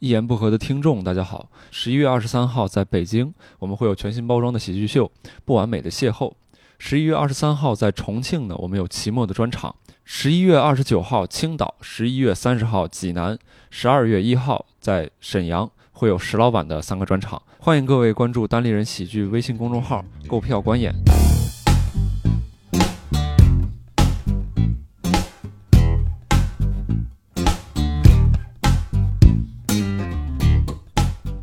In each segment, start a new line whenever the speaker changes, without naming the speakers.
一言不合的听众，大家好！十一月二十三号在北京，我们会有全新包装的喜剧秀《不完美的邂逅》。十一月二十三号在重庆呢，我们有期末的专场。十一月二十九号青岛，十一月三十号济南，十二月一号在沈阳会有石老板的三个专场。欢迎各位关注单立人喜剧微信公众号，购票观演。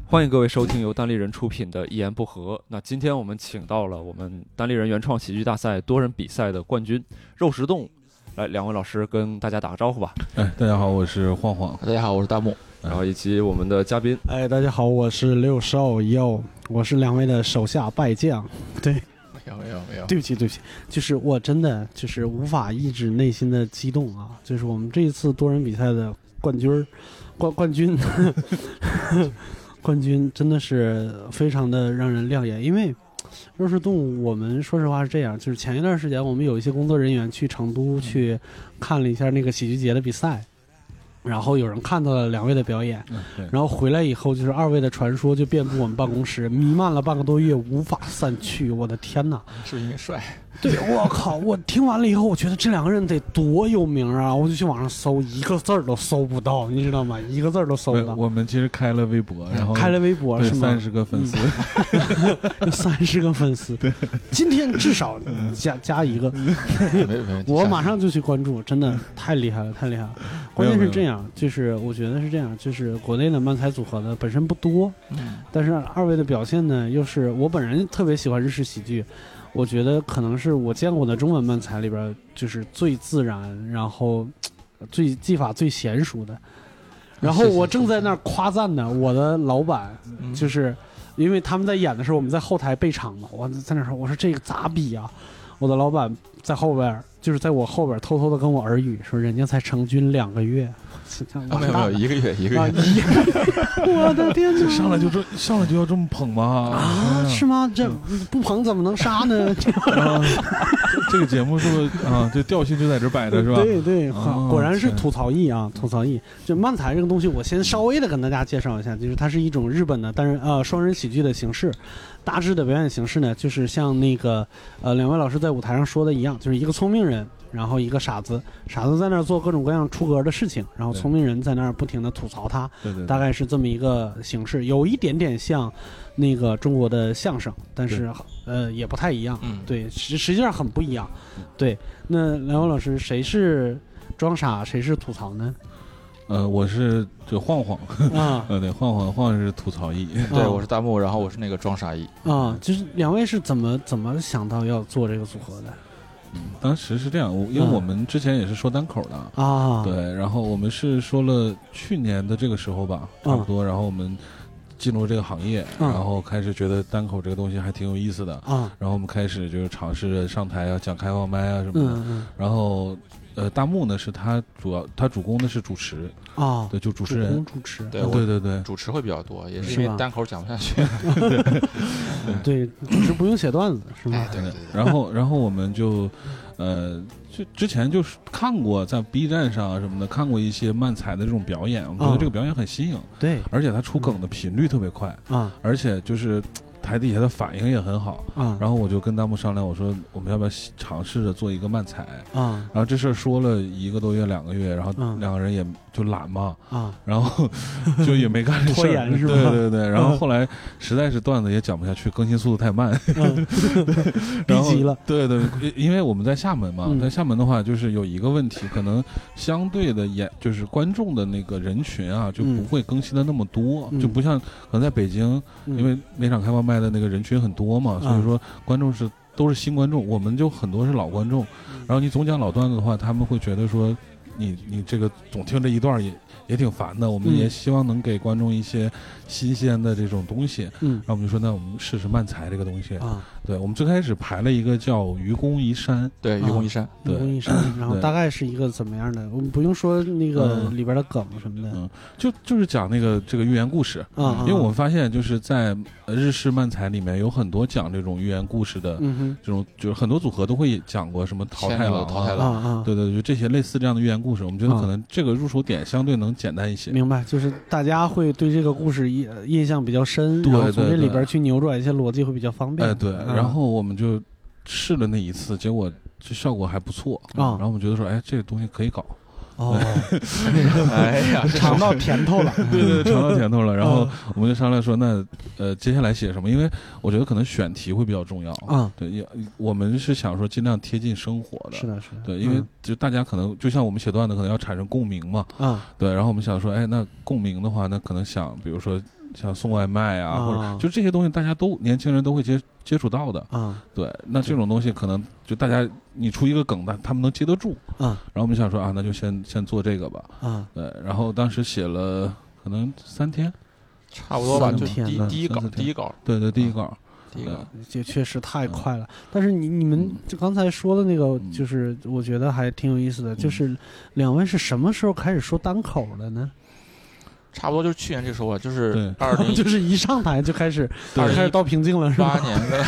欢迎各位收听由单立人出品的《一言不合》。那今天我们请到了我们单立人原创喜剧大赛多人比赛的冠军肉食动物，来，两位老师跟大家打个招呼吧。
哎，大家好，我是晃晃。
大家好，我是大木。
然后以及我们的嘉宾，
哎，大家好，我是六少哟，我是两位的手下败将。对，
没有没有没有，
对不起，对不起，就是我真的就是无法抑制内心的激动啊！就是我们这一次多人比赛的冠军儿，冠 冠军，冠军真的是非常的让人亮眼，因为。肉食动物，我们说实话是这样，就是前一段时间我们有一些工作人员去成都去看了一下那个喜剧节的比赛，然后有人看到了两位的表演，
嗯，对，
然后回来以后，就是二位的传说就遍布我们办公室，弥漫了半个多月，无法散去。我的天哪！
是不是因为帅？
对，我靠！我听完了以后，我觉得这两个人得多有名啊！我就去网上搜，一个字儿都搜不到，你知道吗？一个字儿都搜不
我
到。
我们其实开了微博，然后
开了微博
对
是
三
吗？嗯
十个粉丝，
三十个粉丝，今天至少加加一个，
没有没有，
我马上就去关 注，真的太厉害了，太厉害了！关键
没
是
有
这样，就是我觉得是这样，就是国内的漫才组合呢本身不多，
嗯
但是二位的表现呢，又是我本人特别喜欢日式喜剧，我觉得可能是我见过的中文漫才里边儿就是最自然，然后嘖最技法最娴熟
啊
的。然后
谢谢
我正在那儿夸赞呢，我的老板
嗯
就是，因为他们在演的时候，我们在后台备场嘛，我在那儿说，我说这个咋比啊？我的老板在后边儿，就是在我后边儿偷偷的跟我耳语说，人家才成军两个月，
啊，没有没有，一个月一个
啊
月，
一个 我的天 哪！
上来就这上来就要这么捧吗？
啊，
哎呀
是吗？这
嗯
不捧怎么能杀呢？ 这
啊这这个节目是不是啊？这调性就在这摆着是吧？
对对，
哦
果然是
是嗯
吐槽艺啊，吐槽艺。就漫才这个东西，我先稍微的跟大家介绍一下，就是它是一种日本的，但是呃双人喜剧的形式。大致的表演形式呢，就是像那个呃两位老师在舞台上说的一样，就是一个聪明人，然后一个傻子，傻子在那儿做各种各样出格的事情，然后
对
聪明人在那儿不停的吐槽他，
对对，
大概是这么一个形式，有一点点像那个中国的相声，但是呃也不太一样。
嗯，
对，实实际上很不一样。对，那梁文老师，谁是装傻，谁是吐 槽呢？
呃，我是就晃晃，
啊
呃，对，晃晃晃是吐槽艺，
对，
啊
我是大木，然后我是那个装傻一，
啊，就是两位是怎么怎么想到要做这个组合的
当时是这样，我因为
嗯
我们之前也是说单口的，
啊？
对，然后我们是说了去年的这个时候吧，差不多，然后我们进入这个行业，
嗯
然后开始觉得单口这个东西还挺有意思的，
啊，
然后我们开始就是尝试着上台啊，讲开放麦啊什么的，
嗯
然后。呃，大木呢是他主要，他主攻的是主持，
嗯啊，
对，就主
主
持人
攻，主持，
对
啊
我
对对对，
主持会比较多，也是
是
因
吧
为单口讲不下去。
对，主持不用写段子是
哎
吗，？
对对对，
然后然后我们就，呃，就之前就是看过在 B 站上啊什么的看过一些漫才的这种表演，我们觉得
嗯
这个表演很新颖，
对
而且他出梗的频率特别快，
啊
而且就是嘖台底下的反应也很好。
啊
然后我就跟弹幕商量，我说我们要不要尝试着做一个漫才？
啊
然后这事儿说了一个多月、两个月，然后
嗯
两个人也就懒嘛，
啊
然 后就也没干这事
拖
儿。
延是吧
对对对。然后后来实在是段子也讲不下去，更新速度太 慢，
嗯，
然后
逼急了。
对对，因因为我们在厦门嘛
嗯，
在厦门的话，就是有一个问题，可能相对的演就是观众的那个人群啊，就不
嗯
会更新的那么多，
嗯
就不像可能在北京。
嗯
因为每场开放麦的那个人群很多嘛，所以说观众是都是新观众，我们就很多是老观众。
嗯
然后你总讲老段子的话，他们会觉得说你你这个总听这一段儿也也挺烦的。我们
嗯
也希望能给观众一些新鲜的这种东西。
嗯
然后我们就说，那我们试试漫才这个东西。
啊
对，我们最开始排了一个叫愚公移山，
对，愚公移山，
对
愚公移山，然后
对
大概是一个怎么样的？我们不用说那个
嗯
里边的梗什么的
嗯就就是讲那个这个寓言故事。
啊，啊
嗯因为我们发现，就是在呃日式漫才里面有很多讲这种寓言故事的，
嗯
这种就是很多组合都会讲过什么淘汰了、
千里淘汰
哼
狼
啊啊，
对对对，就这些类似这样的寓言故事，我们觉得
啊
可能这个入手点相对能简单一些。
明白，就是大家会对这个故事印印象比较深，
对
然后从
对
这里
对
边去扭转一些逻辑会比较方便。
哎，对，
嗯
然后我们就试了那一次，结果这效果还不错
啊
然后我们觉得说，哎，这个东西可以 搞，
哦，
哎呀，
尝到甜头了。
对对，尝嗯到甜头
嗯
了。然后我们就商量说，那呃，接下来写什么？因为我觉得可能选题会比较重要
嗯
对，也我们是想说尽量贴近生活的。
是的，嗯是的，
对，因为就大家可能就像我们写段子，可能要产生共鸣嘛。
嗯啊，
对，然后我们想说，哎，那共鸣的话，那可能想，比如说像送外卖啊，
啊
或者就这些东西，大家都年轻人都会接接触到的。
啊
对，那这种东西可能就大家你出一个梗，但他们能接得住。
啊
然后我们想说啊，那就先先做这个吧。
啊，
对，然后当时写了可能三天，
差不多吧，
三
就
天
第
呢
第一稿
三四，天
第一稿，
对对，第一稿，
第一
对
稿，
这嗯确实太快了。但是你你们就刚才说的那个，
嗯
就是我觉得还挺有意思的。就是两位是什么时候开始说单口的呢？
差不多就是去年这个时候吧，就是
对
二零
就是一上台就开始
对
开始到瓶颈了，是
八
吧？
年 的，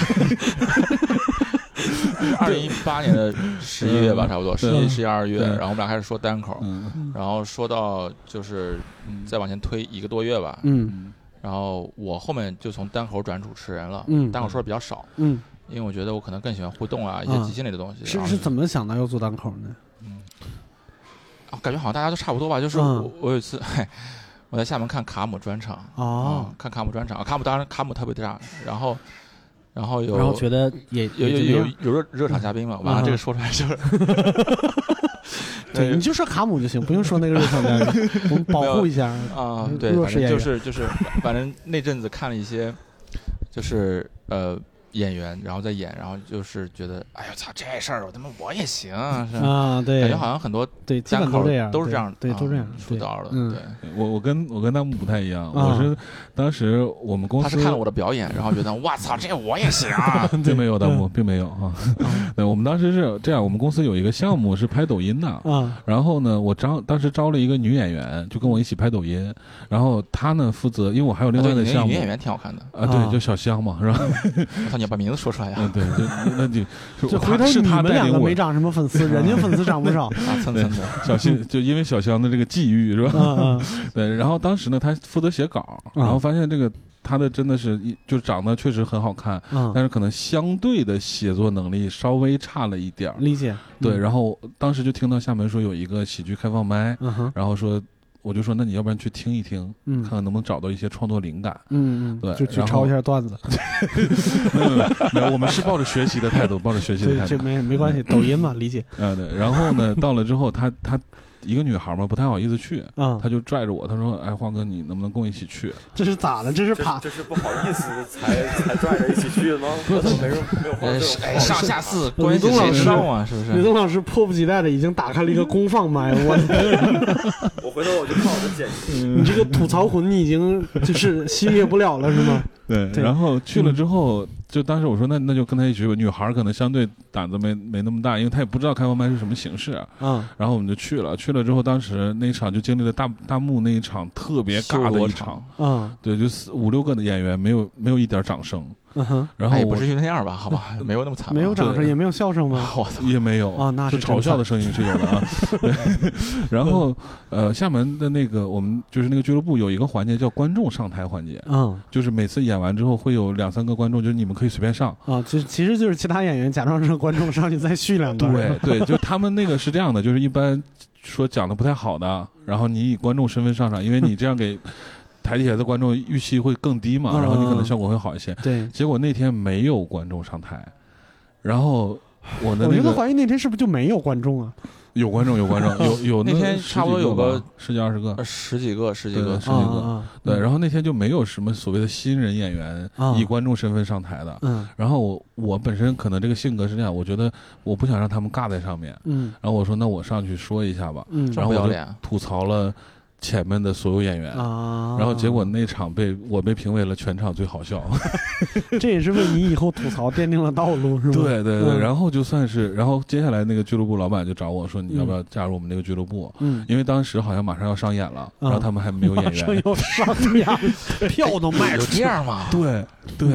二零一八年的十一月吧，
嗯
差不多十
对
一、十一二月，
对
然后我们俩开始说单口，
嗯
然后说到就是
嗯
再往前推一个多月吧，
嗯
嗯
然后我后面就从单口转主持人了，
嗯
单口说的比较少，
嗯，
因为我觉得我可能更喜欢互动啊，一
啊
些即兴类的东西。
是
然后
是怎么想到要做单口呢？
啊感觉好像大家都差不多吧，就是
嗯
我我有一次， 嘿，我在厦门看卡姆专场，
哦
啊，，看卡姆专场，啊卡姆当然卡姆特别大，然后然后啊有
然后觉得也
有
也就那
有有
样
有热热场嘉宾嘛，完了
嗯
这个说出来就是，
对，
对
你就说卡姆就行，不用说那个日常嘉宾，我们保护一下。
啊
嗯，
对，
弱
反
势
正就
演
是就是，反正那阵子看了一些，就是呃演员，然后再演，然后就是觉得，哎呦操，这事儿我他妈我也行啊，是吧
啊，对，
感觉好像很多
对，基
单
本都
口
这样，
都是这
对
样，
对，
啊
都这样，
出
对
道了，
嗯
对。
我我跟我跟弹幕不太一样，
啊
我是当时我们公
他
司
是看了我的表演，然后觉得哇操，这我也行啊！
并没有弹
嗯
幕，并没有啊。 对，我们当时是这样，我们公司有一个项目是拍抖音的。
啊
然后呢，我招当时招了一个女演员，就跟我一起拍抖音。然后她呢负责，因为我还有另
对
外的
你那
项
女
目
演员挺好看的，
啊，
啊
对，就小香嘛，是吧？
我操，你要把名字说出来呀！
嗯，对，就那就
就
她
回头
是
你
她
们
带
两
领
个
我
没涨什么粉丝，人家粉丝涨不少。
啊，蹭蹭蹭，
小 新，就因为小香的这个际遇是吧？
嗯
对，然后当时呢，他负责写稿，
啊
然后发现这个他的真的是一就长得确实很好看，
嗯
但是可能相对的写作能力稍微差了一点儿
嗯，。理解。
对，
嗯
然后当时就听到厦门说有一个喜剧开放麦，
嗯哼，
然后说我就说那你要不然去听一听，
嗯
看看能不能找到一些创作灵感。
嗯嗯，
对
就去
然后
抄一下段子。
没有没有没有，我们是抱着学习的态度，抱着学习的
这
态
这
度。
没没关系，抖音嘛，理解。
嗯，对。然后呢，到了之后，他他一个女孩嘛，不太好意思去。
啊
他，就拽着我，他说：“哎，花哥，你能不能跟我一起去
这是咋了？这是
这
怕
这是不好意思才才拽着一起去的 吗？我怎么没说没有放这
哎
种
哎，
话
上下四关
李
系
东老
谁知
师
道啊？是不是？
吕东老师迫不及待的已经打开了一个公放麦，我
我回头我就看我的剪辑。
你这个吐槽魂你已经就是熄灭不了了是吗？？”
对
对
然后去了之后，就当时我说：“那那就跟他一起吧。”女孩儿可能相对胆子没没那么大，因为她也不知道开放麦是什么形式啊。
啊
然后我们就去了，去了之后，当时那一场就经历了大大幕那一场特别尬的
修
一
罗
场
场，
啊
对，就四五六个的演员没有没有一点掌声，
嗯哼，
然后
哎，
我
不至于那样吧？好吧，没有那么惨吧，啊
没有 掌声
啊对
也没有笑声吗？
我 操！
也没有
啊那
就是
真
嘲笑的声音是有的 啊。对然后呃，厦门的那个我们就是那个俱乐部有一个环节叫观众上台环节，
嗯
就是每次演完之后会有两三个观众，就是你们可以随便 上。
啊，其实其实就是其他演员假装是观众上去再续两段。
对对，就他们那个是这样的，就是一般说讲的不太好的，然后你以观众身份上场，因为你这样给台底下的观众预期会更低嘛，
嗯
然后你可能效果会好一些。
对，
结果那天没有观众上台，然后我的
我
那
觉得
个
怀疑那天是不是就没有观众啊？
有观众有观众有有
那天
十几
差不多有
个
个
吧十几二十个
呃，，十几个，十几
对
个
对，是
啊
那
啊
个
啊！
对，然后那天就没有什么所谓的新人演员
啊
以观众身份上台的。
嗯
然后我我本身可能这个性格是这样，我觉得我不想让他们尬在上面，
嗯
然后我说那我上去说一下吧，
嗯
然后
不
我
要
就
脸啊
吐槽了前面的所有演员。
啊，
然后结果那场被我被评为了全场最好笑，
这也是为你以后吐槽奠定了道路，是 吗？
对对对，
嗯
然后就算是，然后接下来那个俱乐部老板就找我说你要不
嗯
要加入我们那个俱乐部，
嗯，
因为当时好像马上要上演了，然后他们还没有
马
演
上
员，
要上 呀，票都卖
有
出
这
去，
样吗？
对
嗯
对，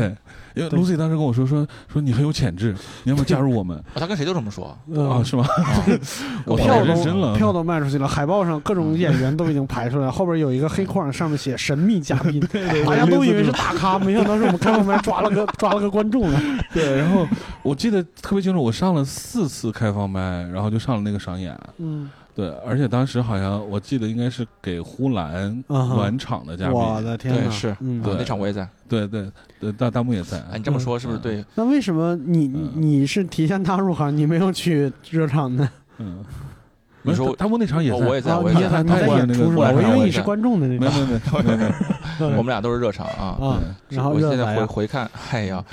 因为
对
Lucy 当时跟我说说说你很有潜质，你要不要加入我们
哦他跟谁都这么说。
嗯
啊？是吗？
啊
我
票
太
都
认真了，
票都卖出去了，海报上各种演员都已经排出来了，后边有一个黑框，上面写“神秘嘉宾”，大家都以为是大咖，没想到是我们开放麦抓了个抓了个观众啊！
对，然后我记得特别清楚，我上了四次开放麦，然后就上了那个商演。
嗯，
对，而且当时好像我记得应该是给呼兰
啊哈
暖场的嘉宾。
我的天
对
哪，
是
嗯，
对
啊那场我也在。
对对对，大大木也在。
哎，你这么说是不是对？
那为什么你
嗯
你是提前他入行，你没有去热场呢？
嗯，
你说
没有大木那场也
哦我
在，
我也在，
啊
我
你
也
也
在。
在你在
他过来
演
那个
出是吧？
晚
我
上
以为
我
你
也
是
在
观众的那
没有
种
没有 没有没有，
我们俩都是热场啊。
啊，
对
然后
我
热
现在
来
回
啊，
回看，哎呀，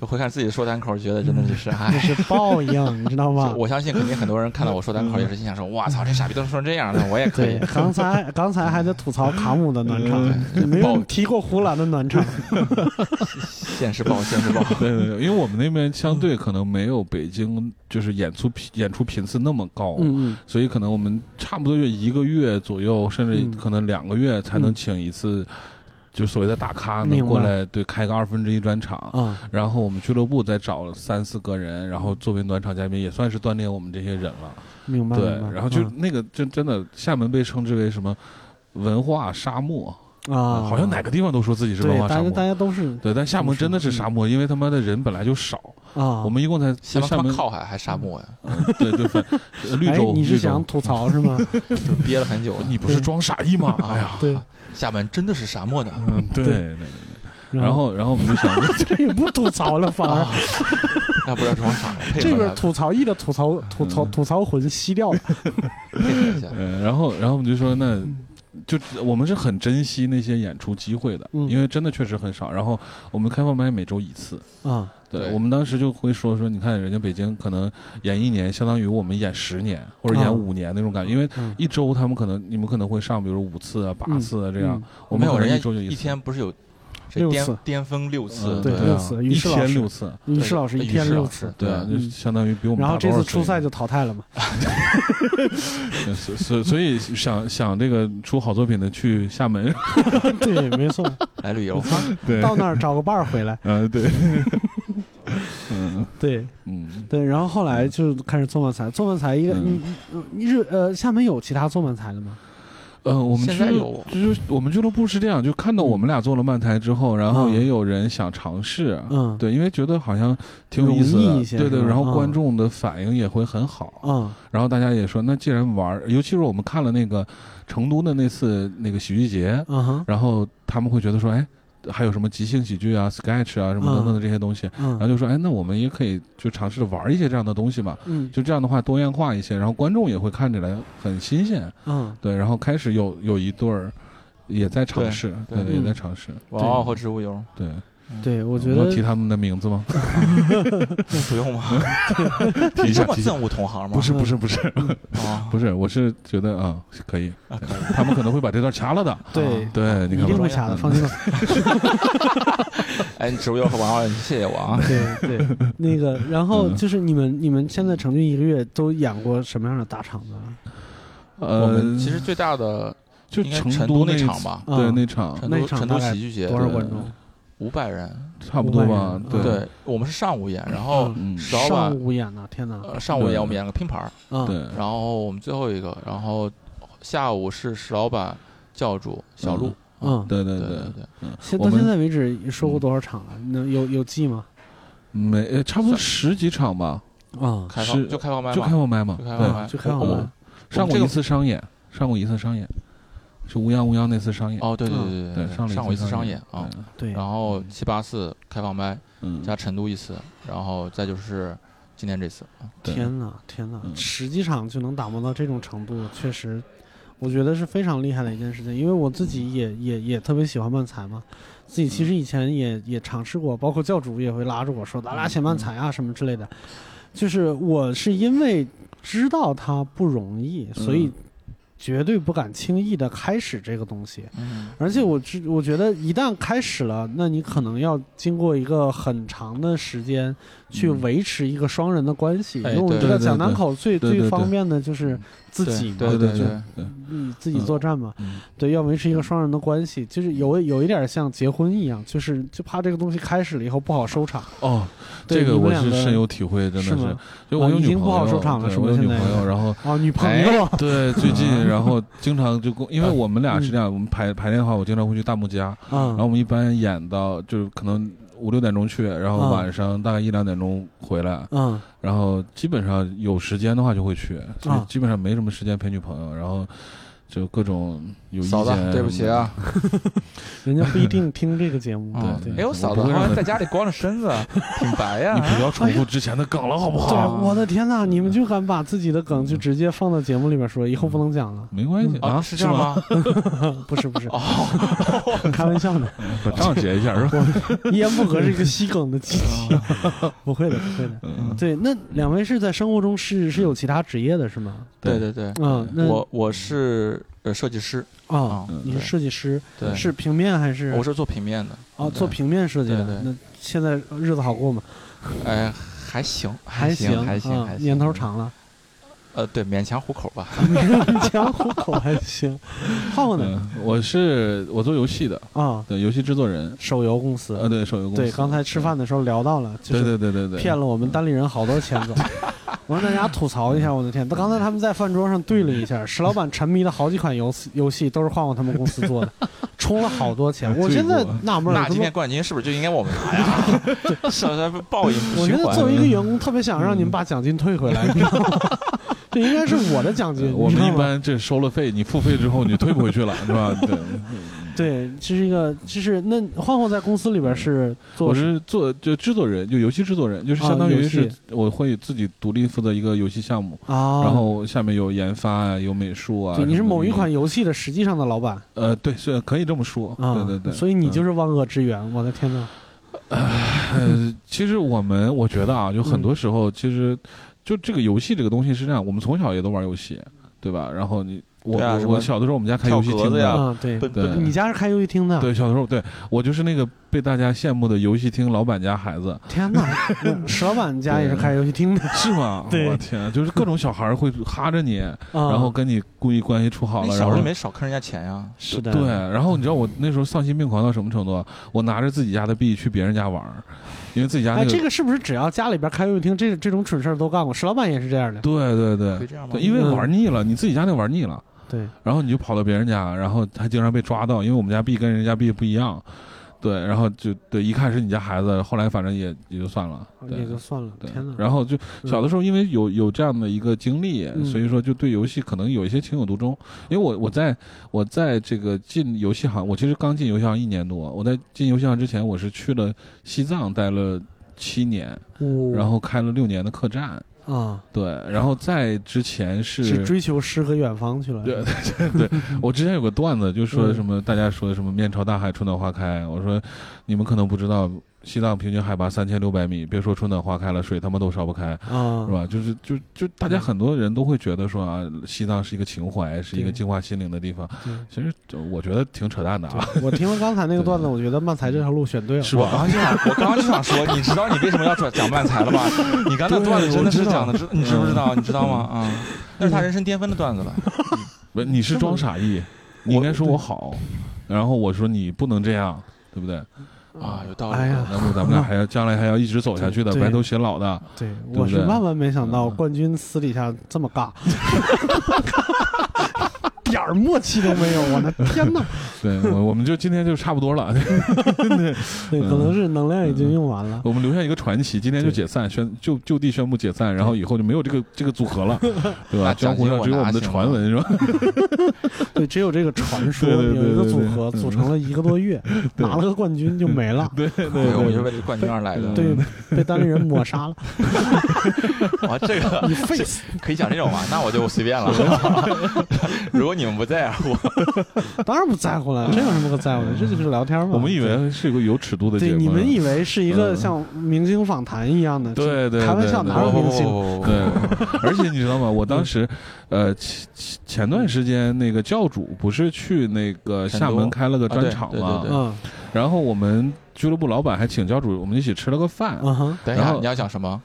就回看自己说单口，觉得真的就是
这
哎。
是报应，你知道吗
就？我相信肯定很多人看到我说单口也是心想说：“哇操，这傻逼都说成这样了，我也可以
对，。刚才刚才还在吐槽卡姆的暖场，没有提过呼兰的暖场。
现实报，现实报。
对对对，因为我们那边相对可能没有北京就是演出频演出频次那么高，
嗯
所以可能我们差不多就一个月左右，甚
嗯
至可能两个月才能
嗯
请一次，就所谓的大咖
明白
能过来对开个二分之一专场。
嗯啊，
然后我们俱乐部再找了三四个人，然后作为暖场嘉宾，也算是锻炼我们这些人了。
明白。
对
明白，
然后就
嗯
那个真真的，厦门被称之为什么文化沙漠
啊，
好像哪个地方都说自己是文
对，
化沙
大家大
漠。
家都是
对，但厦门真的是沙漠，因为他妈的人本来就少，
啊。
我们一共才
厦门
厦
他妈
门
靠海还沙漠呀，
对对反绿
哎
洲，
你是
绿洲
想吐槽是 吗？
就憋了很久了。
你不是
对
装傻逼 吗？哎呀，
对，
厦门真的是沙漠的，
嗯，对
对
对。对然 后，啊然后我们就想，
这也不吐槽了，反而
啊那不知道是往哪儿配
这
合
边
他
吐槽一的吐槽吐槽吐槽魂吸掉了。
配合一下。
嗯，然后，然后我们就说，那就我们是很珍惜那些演出机会的，
嗯
因为真的确实很少。然后我们开放麦每周一次，
啊
对
对
我们当时就会说说，你看人家北京可能演一年，相当于我们演十年或者
啊
演五年那种感觉，因为
嗯
一周他们可能你们可能会上，比如五次啊、八
嗯
次 啊这样， 我
没
们
有
可能
人
一
家
周就
一
次
天不是有这
六次
巅巅峰六次
嗯，
对
啊
六次于
一
是老
天
师
六次，
嗯于是老师
对
一天
于是
六
老师
次，
对啊，就
嗯
相当于比我们
然后
大
这
多
次
少
初
岁
赛就淘汰了嘛。
对所所所以想想这个出好作品的去厦门，
对，没错，
来旅游。
对，
到那儿找个伴儿 回来。
呃对，嗯
对
嗯，
对，然后后来就开始做漫才，做漫才一个，你
嗯
你你是呃厦门有其他做漫才的吗？
呃，我们
现
俱
在
乐
有
就是我们俱乐部是这样，就看到
嗯
我们俩做了漫台之后，然后也有人想尝试，啊
嗯，
对，因为觉得好像挺有意思
容易一
的，
些
对对，
是吧
然
嗯
后观众的反应也会很好，
嗯
然后大家也说，那既然玩儿，尤其是我们看了那个成都的那次那个喜剧节，
嗯哼
然后他们会觉得说，哎，还有什么即兴喜剧啊、sketch 啊什么等等的这些东西，然后
嗯
就说，哎，那我们也可以就尝试着玩一些这样的东西嘛。
嗯
就这样的话，多样化一些，然后观众也会看起来很新鲜，
嗯
对。然后开始有有一对儿也在尝试，
对对
对，
嗯
也在尝试，
王傲哦和植物油
对。
对，我
我
觉得
提他们的名字 吗？
不用吗？
提一下，
这么
提一下。
憎恶同行吗？
不是不是不是
啊
不是，我是觉得啊，可以，他们可能会把这段掐了 的。
对，
对，啊你
一
看
定
吧嗯
会掐的，放心吧。
哎，植物油和王傲，谢谢我啊！
对 对，那个，然后
嗯
就是你们你们现在成军一个月都演过什么样的大场子啊？
我
呃，
们其实最大的
就
应该
成
都那
那
场，吧，嗯
啊
对那场
成
那
都
场
成
大
都
概
喜剧节
多少
对
观众？
五百人，
差不多吧
500人，
对
对我们是上午演，然后
嗯
嗯
老
上
板
午演呢？天哪！
呃上午演我们演了个拼盘儿，
啊，
对，
然后我们最后一个，然后下午是石老板、教主、小鹿，
嗯，
对对
对
对
对，对，
现
我
到
们嗯
现在为止说过多少场了？能有有记吗？
没呃差不多十几场吧，
啊
开
是
放就开放麦
就
嘛
开放麦嘛，
就开放
对，
麦，
就开
我
放
我
麦
上
我们这
过
个
一次商演，上过一次商演，是乌央乌央那次商演，
哦，对对
对，
对
嗯
对，
了
上
上
过一次商演啊，
对
对，
然后七八四开放麦
嗯，
加成都一次，然后再就是今天这次，啊
对
天哪，天哪，
嗯
十几场就能打磨到这种程度，确实，我觉得是非常厉害的一件事情。因为我
嗯
自己也也也特别喜欢漫才嘛，自己其实以前也也尝试过，包括教主也会拉着我说咱俩写
嗯
漫才啊什么之类的。
嗯
就是我是因为知道它不容易，所以绝对不敢轻易的开始这个东西。
嗯
而且我知我觉得一旦开始了，那你可能要经过一个很长的时间去
嗯
维持一个双人的关系。
哎
因为我
对
知道
对
讲
对
单口最
对对
最
对
方便的就是自己嘛，
对对
对
就
对
对，
嗯，自己作战嘛，
嗯
对，要维持一个双人的关系，就是有有一点像结婚一样，就是就怕这个东西开始了以后不好收场，
哦，
对
这
你
个
们
我
两
是
个
深有体会，真的是
吗。？
就我有
啊已
女
经
朋
不好
友，
收场了
对
是吗
我有女
现在
朋友，然 后哎
哦，女朋友，
对，最
啊
近然后经常就跟，因为我们俩是这样，我们排排练的话，我经常会去大木家，然后
啊嗯
我们一般演到就是可能五六点钟去，然后晚上大概一两点钟回来，
嗯
然后基本上有时间的话就会去，所以基本上没什么时间陪女朋友，然后就各种有意
嗯嫂子
见，
对不起啊，
人家不一定听这个节目，
嗯
对
对
哎，我嫂子
我不
好
会让
像
她
在家里光着身子，啊挺白呀
你。不要重复之前的梗了，好不
对，
好？
我的天呐，你们就敢把自己的梗
嗯
就直接放到节目里边说，以后不能讲了？
没关系
啊，
啊，
是这样吗？
不是不是，
哦，
开玩笑的，
是吗？我仗解一下是吧？
一言不合是一个吸梗的机 器，不会的，不会的。
嗯
对，那两位是在生活中是是有其他职业的是吗？
对对对，
嗯，那
我我是呃设计师，
啊
嗯，
你是
对
设计师，
对，
是平面还是？
我是做平面的。
哦，
对
做平面设计的
对对。
那现在日子好过吗？
哎，还行，
还
行，还
行，
行，
啊
还行。
年头 长了，
呃，对，勉强糊口吧。
江湖口还 行。浩呢？
嗯，我是我做游戏的，
啊，
对，游戏制作人，
手游公司
呃，。
嗯
对，手游公司。
对，刚才吃饭的时候聊到了，就
对，对
是
对对对对，
骗了我们单立人好多钱 总。我让大家吐槽一下，我的天！他刚才他们在饭桌上对了一下，石老板沉迷的好几款游戏游戏都是晃晃他们公司做的，充了好多
啊
钱。我现在纳闷
那
了，怎
今
么
天冠军是不是就应该我们拿呀？ 是不是报应不
我觉
循
得
环
作为一个员工，特别想让你
嗯
们把奖金退回来，你知道吗？ 这应该是我的奖金。
呃我
你知
们
道吗
一般这收了费，你付费之后你退不回去了，是吧？对，
对，这是一个，就是那晃晃在公司里边是做
我是做就制作人，就游戏制作人，就是相当
啊
于
游戏
是我会自己独立负责一个游戏项目，
啊，
然后下面有研发啊，有美术啊。
对，你是
什么的
某一款游戏的实际上的老板
呃，对，是可以这么说，
啊，
对对对。
所以你就是是万恶之源。我的天呐，
呃，其实我们我觉得啊，就很多时候其实就这个游戏这个东西是这样，我们从小也都玩游戏，对吧？然后你我
对啊
我
什么
我小的时候我们家开游戏
跳格
厅
子
的
呀。
啊，对，
奔
对
奔
你家是开游戏厅的，
对，小的时候，对我就是那个被大家羡慕的游戏厅老板家孩子，
天哪， 那石老板家也是开游戏厅的，
是 吗？
对
我天，啊就是各种小孩儿会哈着你，
啊
嗯 然后跟你故意关系处好
你
了，
小
然
时
后
候没少坑人家钱呀。
是的，
对，然后你知道我那时候丧心病狂到什么程度啊？我拿着自己家的币去别人家玩儿，因为自己家那
哎，这个是不是只要家里边开游戏厅，这这种蠢事儿都干过？石老板也是这样的，
对对
会
对
这样吗
对，因为
嗯
玩腻了，你自己家那玩腻了，
对，
然后你就跑到别人家，然后还经常被抓到，因为我们家币跟人家币不一样。对，然后就对，一看是你家孩子，后来反正也也就算了，对
哦也就算了。
对
天哪，，
然后就小的时候，因为有有这样的一个经历，
嗯
所以说就对游戏可能有一些情有独钟。因为我我在我在这个进游戏行，我其实刚进游戏行一年多。我在进游戏行之前，我是去了西藏待了七年，
后
然后开了六年的客栈。
哦啊，
对，然后在之前是
是追求诗和远方去 了，啊
对对 对，我之前有个段子，就说
嗯
什么大家说什么面朝大海，春暖花开。我说你们可能不知道，西藏平均海拔三千六百米，别说春暖花开了，水他妈都烧不开。
啊，
是吧？就是就就大
嗯
家很多人都会觉得说啊，西藏是一个情怀，是一个
对
净化心灵的地方。
对？
其实就我觉得挺扯淡的啊，
对，我听了刚才那个段子，
对
我觉得漫才这条路选对了，
是
我
吧？
刚就想，我刚刚就想说，你知道你为什么要转讲漫才了吧？你刚才那段子真的是讲的，知你知不知道？你知道吗？啊，
嗯
那是他人生巅峰的段子了。
不，你是装傻 意，你应该说我好，然后我说你不能这样，对不对？
啊，有道理。
哎呀
那么咱们俩还要将来还要一直走下去的，
对
白头偕老 的。
对，
不
我是
对嗯
万万没想到冠军私底下这么尬， 点儿默契都没有，我的天哪！
对，我我们就今天就差不多了，
对，可能是能量已经用完了。
我们留下一个传奇，今天就解散，宣就就地宣布解散，然后以后就没有这个这个组 合了，对吧？
那
江湖上
奖金我
只有我
拿
们的
行吗
传闻是吧？
对，只有这个传说
对对对
有一个
对
组
对
合
嗯
组成了一个多月，
对
拿了个冠军就没了，
对对
哎
对，我们就
对
为了冠军而来的。
对，被单立人抹 杀了。
哇，这个
你 face
可以讲这种吗？那我就随便了。如果你你们不在乎，
当然不在乎了，这有什么可在乎的？这就是聊天嘛。
我们以为是个有尺度的
对
节目，
你们以为是一个
嗯
像明星访谈一样的，
对对对
开玩笑
对哦
哪有明星？
不
对，而且你知道吗？我当时，呃，前前前段时间那个教主不是去那个
成
厦
都
门开了个
啊
专
对
场
对
嘛
对，对
嗯
然后我们俱乐部老板还请教主，我们一起吃了个饭，
嗯哼，
等一下
然，后
你要讲什么？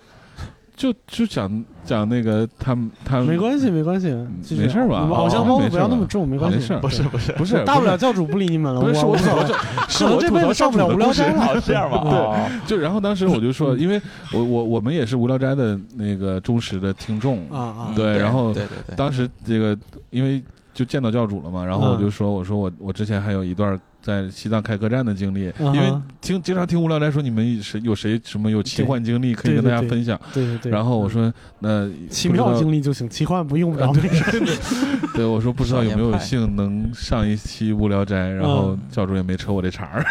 就就讲讲那个他们他们
没关系没关系，继
嗯
续
没事吧
你们偶像包袱不要那么重，没关系，
没事儿
对
不是
不 是，
不是
大不了教主不理你们了，
不是是
我
我
无所谓。
是
可能
我
这
吐
辈
槽教主
子上不了
的
无聊
故事
斋 了。
这样吧，哦
就然后当时我就说，因为我我我们也是无聊斋的那个忠实的听众
啊啊
嗯！
对然后
对对对，
当时这个因为就见到教主了嘛，然后我
嗯
就说，我说我我之前还有一段在西藏开客栈的经历，
嗯哼
因为听经常听无聊斋说你们谁有谁什么有奇幻经历可以
对
跟大家
对对
分享，
对对对。嗯
然后我说那
奇
不知
妙
道
经历就行，奇幻不用不
啊
着。
对对，我说不知道有没
少
有
年派
幸能上一期无聊斋，然
嗯
后教主也没扯我这茬儿，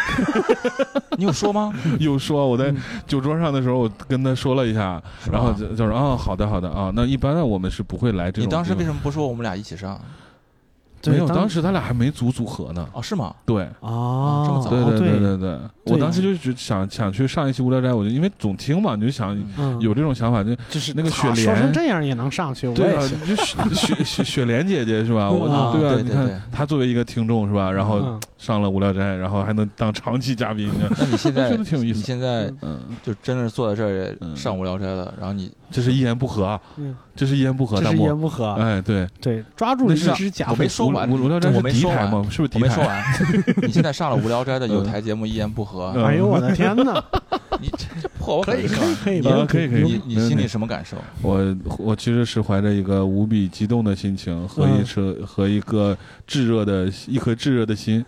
你有说吗？
又说我在
嗯
酒桌上的时候我跟他说了一下，
是吧
然后就就说啊好的好的啊，那一般呢我们是不会来 这种地方。
你当时为什么不说我们俩一起上？
没有？
对
当时他俩还没组组合呢。
哦，是吗？
对，
啊，
这么早
对
哦
对
对
对对对，我当时就只想想去上一期无聊斋，我就因为总听嘛，你就想
嗯，
有这种想法，就
就是
那个雪
啊
莲
说成这样也能上去，我
对
也
啊，
行。
你就雪雪雪雪莲姐姐是吧？我
啊
对啊，
对
你
对对
看她作为一个听众是吧？然后
嗯
上了无聊斋，然后还能当长期嘉宾，
那你现 在
真的挺有意思
你现在
嗯，
就真的坐在这儿也
嗯
上无聊斋了，然后你
这是一言不合啊，
嗯，
这是一言不合，
这
大
是一
漠。
言不合。
哎，对，
对，抓住了一
那是
只假
我
虎
没说完
无无聊斋
我
是
没
敌
说
台
完
吗？是不是
我
敌
没说
台？
完，你现在上了无聊斋的有台节目，一言不合，
嗯
哎呦我的天哪！
你这这破我
可以
本事
可
吗你
以可以没问
啊
题
可以可以
没问
你
题
你心里什么感受？
我我其实是怀着一个无比激动的心情和一
嗯
颗和一个炙热的一颗炙热的心，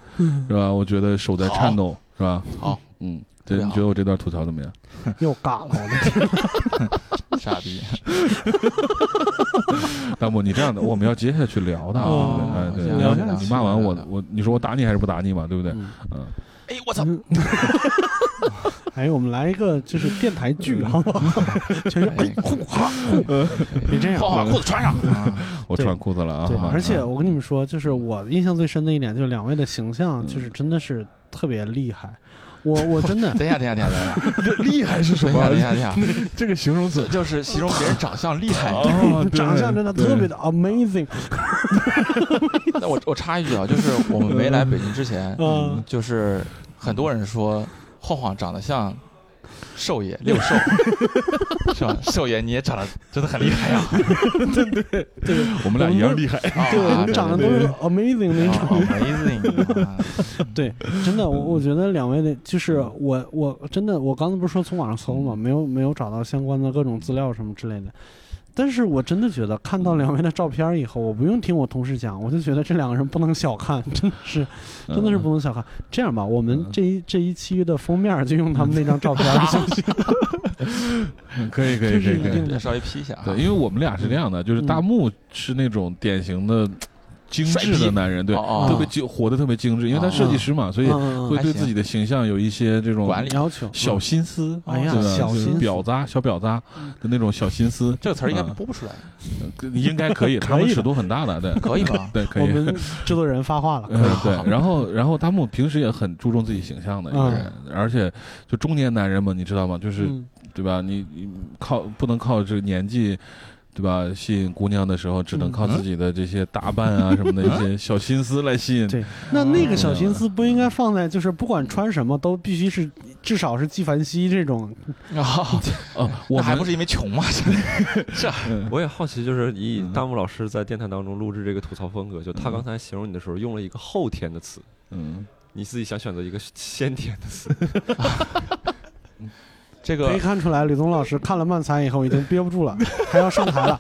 是吧？我觉得手在颤抖，是吧？
好，
嗯，
特
对，
别
你
好
觉得我这段吐槽怎么样？
又尬了，我的天！
傻逼，
大漠，你这样 的，我们要接下去聊的
哦
啊，对哎
聊下
对，
去
你骂完我
聊，
我你说我打你还是不打你嘛，对不对？嗯，
哎，我操，
哎，我们来一个就是电台剧，好不好？全是哎，呼哈呼，别这样。啊
好，把裤子穿上。
我
对
穿裤子了啊
对，，
好吧
而且
啊
我跟你们说，就是我印象最深的一点，就是两位的形象，就是真的是特别厉害。我我真 的
啊等一下，等一下，等一下，等一下，
厉害是什
等一
么
下，？等一下，等一下，
这个形容词
这就是形容别人长相厉害。
哦，对
长相真的特别的 amazing，
那我我插一句啊，就是我们没来北京之前，
嗯，
就是很多人说晃晃长得像兽 爷六兽，是吧？兽爷你也长得真的很厉害呀！
对我们俩一样厉害。
啊
对，我们长得都是 amazing 那种。
哦 amazing，
对，真的，我我觉得两位的，就是我我真的，我刚才不是说从网上搜嘛，没有没有找到相关的各种资料什么之类的。但是我真的觉得看到两位的照片以后，我不用听我同事讲，我就觉得这两个人不能小看，真的是， 真
嗯
的是不能小看。这样吧，我们这一这一期的封面就用他们那张照片儿，行不行？
嗯可以可
这
以可
是
以
一
可以
定。嗯
稍微 P 一下啊。
对，因为我们俩是这样的，就是大木是那种典型的精致的男人，对，
哦哦
特别精，活得特别精致，因为他设计师嘛，所以
嗯，
会
嗯
对自己的形象有一些这种
管理
要求
小心思，
哎呀
对吧
小心思
就是婊子啊小婊子啊的那种小心思，呃
这个词儿应
嗯
该播不出来，
应该可以，
可以的
他们尺度很大的，对，
可 以吧？
对，可
嗯我
以。
们制作人发话了，
嗯，对，然后，然后大木平时也很注重自己形象的一个人，而且就中年男人嘛，你知道吗？就是、
嗯
对吧？你你靠不能靠这个年纪，对吧？吸引姑娘的时候，只
嗯
能靠自己的这些打扮啊什么 的一些小心思来吸引。
对，那那个小心思不应该放在就是不管穿什么都必须是至少是纪凡希这种，
啊，
哦，我
那还不
们
是因为穷吗？ 这
我也好奇，就是以
嗯
大木老师在电台当中录制这个吐槽风格，就他
嗯
刚才形容你的时候用了一个后天的词，
嗯，
你自己想选择一个先天的 词，
这
可
个
以看出来，吕东老师看了漫才以后已经憋不 住了，还要上台了。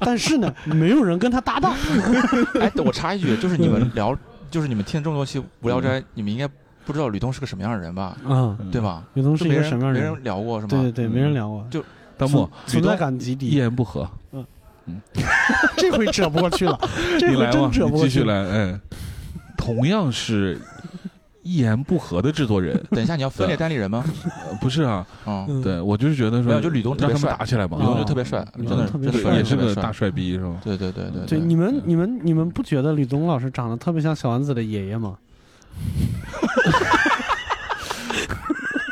但是呢，没有人跟他搭档。
哎，对我插一句，就是你
嗯
们聊，就是你们听这么多期《无聊斋》，你们应该不知道吕东是个什么样的人吧？
嗯，
嗯
对？吧？
吕东
这
是一
没
个
人
什么样的
没
人？
人聊过是
对对
吗？
对，
嗯
没人聊过，
大木
存
吕
在
东
感极
一
低。
言不合，
这回 扯不过去了，这
你
回
来吧
真扯，
你
不过
继
去
续
了。
来，哎，同样是一言不合的制作人，
等一下，你要分裂单立人 吗？
呃不是啊？
嗯，
嗯
对我就是觉得
没
说，
有，就吕东特
让
别
他们
帅
打，起来吧，
吕东
啊
就特别帅，
吕
真
东
的
特别
真的
帅
帅，
也是
特别
个
帅
大帅逼是吧？
对对对对
对，你
嗯
们你们你们不觉得吕东老师长得特别像小丸子的爷爷吗？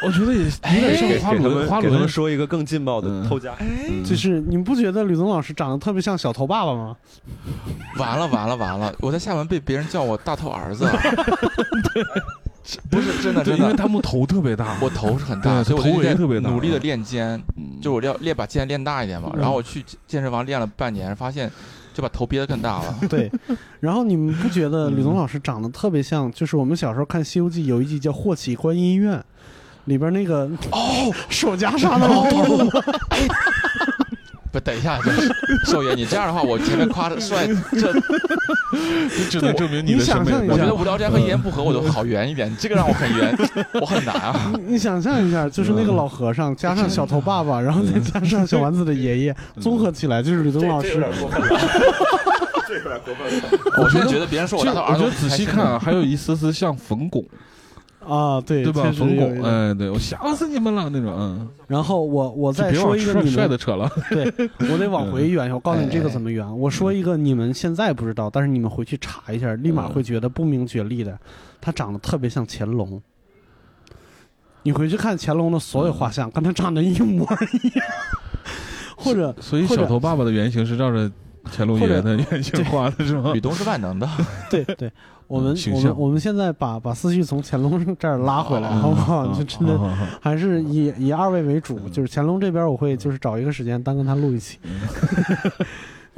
我觉得也有点像
给
花
给他
轮，花
们给他
轮
们说一个更劲爆的
嗯
偷家，
嗯
就是你们不觉得吕东老师长得特别像小头爸爸吗？
完了完了完了！我在厦门被别人叫我大头儿 子，不是真的
对，
真
因为
的，
他们头特别大，
我头是很大，
对
所以我就
头
一直
围
在
特别大
努力的练肩，
嗯
就我要练把肩练大一点嘛。
嗯
然后我去健身房练了半年，发现就把头憋得更大了。
对，然后你们不觉得吕东老师长得特别像？就是我们小时候看《西游记》有一集叫《霍启观音院》，里边那个
哦，
手袈裟的老头儿
哦
吗？
不，等一下，这少爷，你这样的话，我前面夸的帅，这
只能证明你的
你想
审美
象
观
我觉
一下
得无聊斋和一言不合我都好圆一点，你这个让我很圆，我很难啊。
你想象一下，就是那个老和尚加上小头爸爸，然后再加上小丸子的爷爷，
嗯
综合起来就是吕
这
东老
这有
师
点。过分了，这有点过分了。
我真的觉得别人说我
其实
大头儿
我
子，
觉得仔
我挺开
细
心的
看啊，还有一丝丝像冯巩，
啊，对
对吧？冯巩，
嗯。
哎，对我吓死你们了那种，嗯，
然后我我
就
再
别
说
往
一个
帅
你
帅
们
的，扯了，
我得往回圆。我告诉你这个怎么圆。我说一个你们现在不知道，但是你们回去查一下，立马
嗯
会觉得不明觉厉的。他长得特别像乾隆。你回去看乾隆的所有画像，跟他长得一模一样，或者
所以
或者
小头爸爸的原型是照着乾隆爷的原型画的是吗
吕？东是万能的，
对对，我们
嗯形
我
象
们我们现在把把思绪从乾隆这儿拉回来，好不好？
嗯
就真的
好好好
还是以以二位为主，
嗯
就是乾隆这边我会就是找一个时间单跟他录一期，
嗯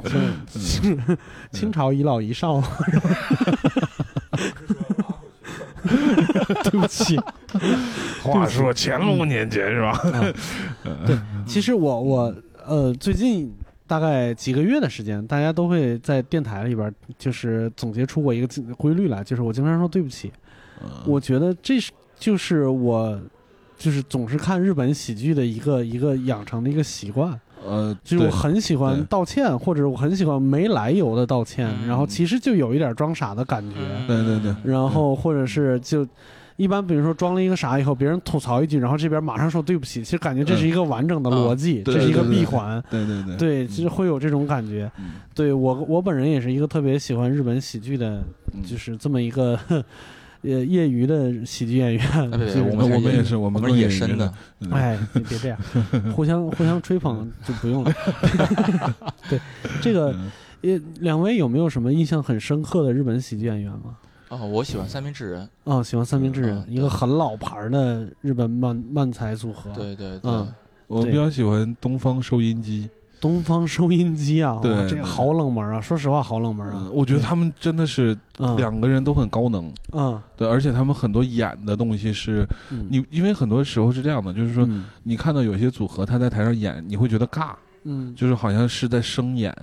就是清清朝遗老遗少， 对不起，
话说乾隆年间是吧？
嗯
嗯
其实我我呃最近。大概几个月的时间，大家都会在电台里边儿就是总结出我一个规律来，就是我经常说对不起，
啊嗯
我觉得这是就是我就是总是看日本喜剧的一个一个养成的一个习惯，
呃，
就是我
对
很喜欢
对
道歉，或者我很喜欢没来由的道歉，
嗯
然后其实就有一点装傻的感觉，
对对对
然后或者是就。一般比如说装了一个傻以后，别人吐槽一句，然后这边马上说对不起，其实感觉这是一个完整的逻辑，
嗯啊对
这是一个
对对
闭
对
环，
对对对，
对，其实会有这种感觉。
嗯
对我我本人也是一个特别喜欢日本喜剧的
嗯
就是这么一个呃业余的喜剧演员。
别别
就是
我
哎我
们
们也是，我
我
们
们
更
是野
演
生
员
的，，
嗯
哎，你别这样，互相互相吹捧就不用了。 对，这个
嗯
呃，两位有没有什么印象很深刻的日本喜剧演员吗？
哦，我喜欢三明治人，
哦，喜欢三明治人
嗯，
一个很老牌儿的日本漫漫才组合。，
对对对，
嗯
我比较喜欢东方收音机，
东方收音机啊，哇
对
这个好冷门啊！说实话，好冷门啊
嗯。我觉得他们真的是
嗯
两个人都很高能，
嗯
对，而且他们很多演的东西是
嗯，
你，因为很多时候是这样的，就是说
嗯
你看到有些组合他在台上演，你会觉得尬，
嗯，
就是好像是在生演，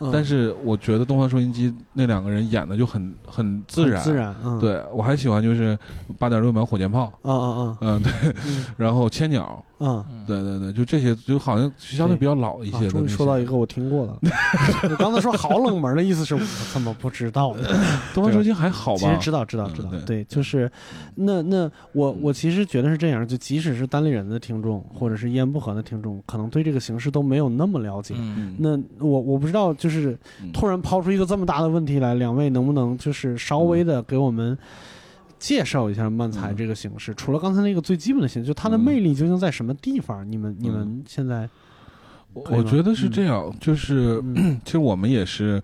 嗯
但是我觉得东方收音机那两个人演的就很很自
很
然，
自然，嗯，
对我还喜欢就是八点六秒火箭炮，
嗯，嗯
嗯，对，
嗯嗯
然后千鸟，
嗯。
嗯
对对对，就这些就好像相对比较老一些
啊、
的
终于
那
说到
些
一个我听 过的，我刚才说好冷门的意思是我怎么不知 道呢？
东方收音机还啊好
其实
吧？
知道，知道，
嗯
知道
对，嗯
对，就是，那那我我其实觉得是这样，就即使是单立人的听众，或者是一言不合的听众，可能对这个形式都没有那么了解。
嗯，
那我我不知道，就是
嗯
突然抛出一个这么大的问题来，两位能不能就是稍微的给我们介绍一下漫才
嗯
这个形式？除了刚才那个最基本的形式，就它的
嗯
魅力究竟在什么地方？你们你们现在，
我
可以
我
吗
觉得是
嗯
这样，就是
嗯
其实我们也是，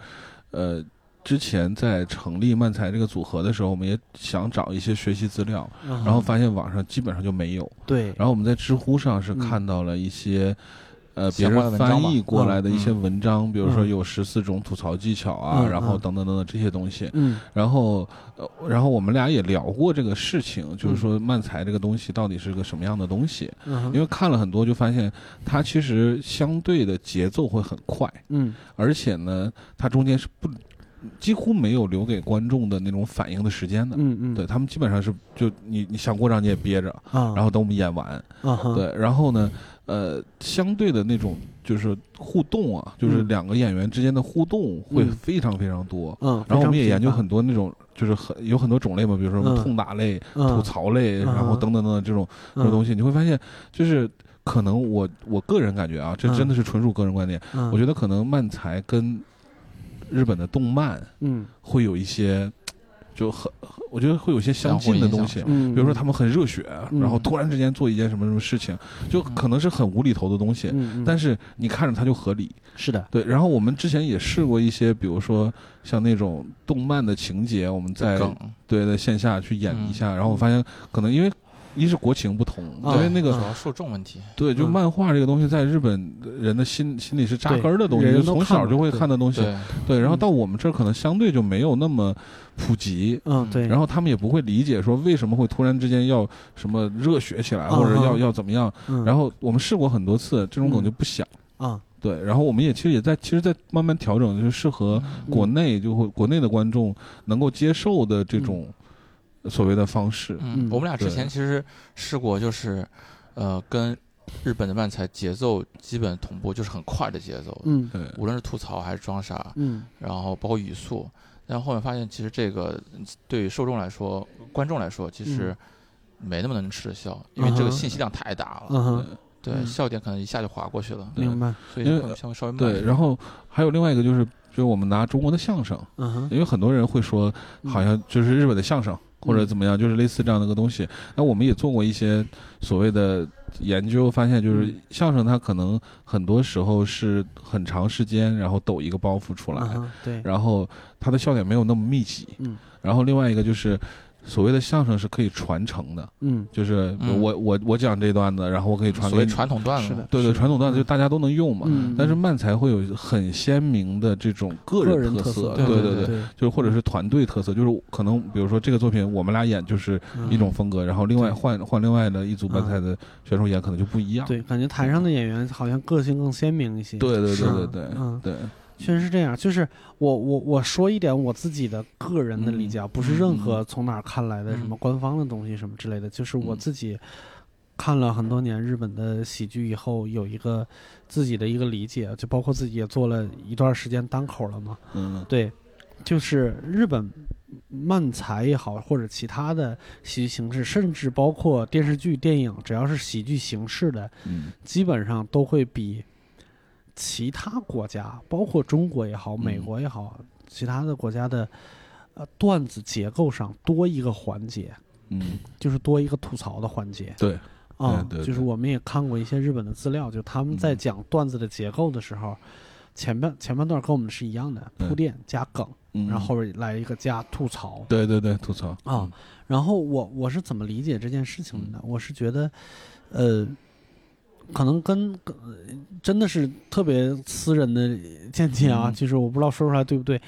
呃，之前在成立漫才这个组合的时候，我们也想找一些学习资料，然后发现网上基本上就没有。
嗯对，
然后我们在知乎上是
嗯
看到了一些，呃，别
相关的
人
文章
翻
吧
译过来的一些
嗯
文章，比如说
嗯
有十四种吐槽技巧啊，
嗯
然后
嗯
等等等等这些东西。
嗯
然后，呃，然后我们俩也聊过这个事情，就是
嗯
说漫才这个东西到底是个什么样的东西？
嗯
因为看了很多，就发现它其实相对的节奏会很快。
嗯
而且呢，它中间是不几乎没有留给观众的那种反应的时间的。
嗯嗯，
对他们基本上是就你你想过场你也憋着，
啊，
然后等我们演完，
啊哈，
对，然后呢，呃，相对的那种就是互动啊，就是
嗯
两个演员之间的互动会
嗯
非常非常多。
嗯，
然后我们也
非常
研究
频繁
很多那种就是很有很多种类嘛，比如说什么
嗯
痛打类、
嗯
吐槽类，
嗯
然后等等等等这种这种东西，你会发现，就是可能我我个人感觉啊，这
嗯
真的是纯属个人观点，
嗯、
我觉
得，
得可能漫才跟日本的动漫
嗯
会有一些，就很我觉得会有一些相近的东西。
嗯，
比如说他们很热血，
嗯
然后突然之间做一件什么什么事情，就可能是很无厘头的东西，
嗯，嗯、
但
是
是你看着它就合理。
是的，
对，然后我们之前也试过一些，比如说像那种动漫的情节，我们在啊
梗，
对在线下去演一下，然后我发现可能因为一是国情不同，
嗯啊
因为那
主
个、
要受众问题，
对就
嗯
漫画这个东西在日本人的心心里是扎
对
根儿的东西，
人
就
都
从
看
小
嘛
就会
对
看的东西，
对，
对，然后
嗯
到我们这儿可能相对就没有那么普及。
嗯对，
然后他们也不会理解说为什么会突然之间要什么热血起来，
啊
或者要
啊
要怎么样。
嗯
然后我们试过很多次，这种梗
嗯
就不响。
啊，
对，然后我们也其实也在，其实，在慢慢调整，就是适合
嗯
国内就会国内的观众能够接受的这种所谓的方式。
嗯
嗯，
我们俩之
对
前其实试过，就是呃，跟日本的漫才节奏基本同步，就是很快的节奏，
嗯
对，
无论是吐槽还是装傻，
嗯
然后包括语速，但后面发现其实这个嗯对于受众来说、观众来说，其实
嗯
没那么能吃得消，因为这
嗯
个
哼
信息量太大了，
嗯哼，
对，
嗯
笑点可能一下就划过去了，
明白，
所
嗯
以
因为
会稍微稍微慢
对，
一点。
然后还有另外一个就是，就是我们拿中国的相声，
嗯哼，
因为很多人会说，好像就是日本的相声或者
嗯
怎么样，就是类似这样的一个东西。那我们也做过一些所谓的研究，发现就是
嗯
相声它可能很多时候是很长时间，然后抖一个包袱出来，
嗯哼，对，
然后它的笑点没有那么密集。
嗯
然后另外一个就是，所谓的相声是可以传承的，
嗯
就是
嗯
我、我我讲这段子，然后我可以传
所
给
谓
你。
传统段
是
子
的
嘛，
对对，
是的
传统段子
嗯
就大家都能用嘛。
嗯，
但是漫才会有很鲜明的这种个
个
人
人特
色，
对
对
对
对，
对，
就是或者是团队特色，就是可能比如说这个作品我们俩演就是一种风格，然后另外
嗯对嗯
换换另外的一组漫才的选手演可能就不一样。
对，感觉台上的演员好像个性更鲜明一些。
对对
是
对对
啊
对
嗯
对，
确实是这样，就是我我我说一点我自己的个人的理解
嗯
啊，不是任何从哪儿看来的什么官方的东西什么之类的，就是
嗯
我自己看了很多年日本的喜剧以后，有一个自己的一个理解，啊就包括自己也做了一段时间单口了嘛，
嗯
对，就是日本漫才也好，或者其他的喜剧形式，甚至包括电视剧、电影，只要是喜剧形式的，
嗯
基本上都会比其他国家，包括中国也好、美
嗯
国也好，其他的国家的呃段子结构上多一个环节，
嗯，
就是多一个吐槽的环节。
对，
啊、
对对
就是
对嗯
我们也看过一些日本的资料，就他们在讲段子的结构的时候，前半前半段跟我们是一样的，
对
铺垫加梗，
嗯
然后后边来一个加吐槽。
对嗯对对吐槽
啊，然后我我是怎么理解这件事情的
嗯
呢？我是觉得，呃，可能跟跟真的是特别私人的见解啊，
嗯
就是我不知道说出来对不对，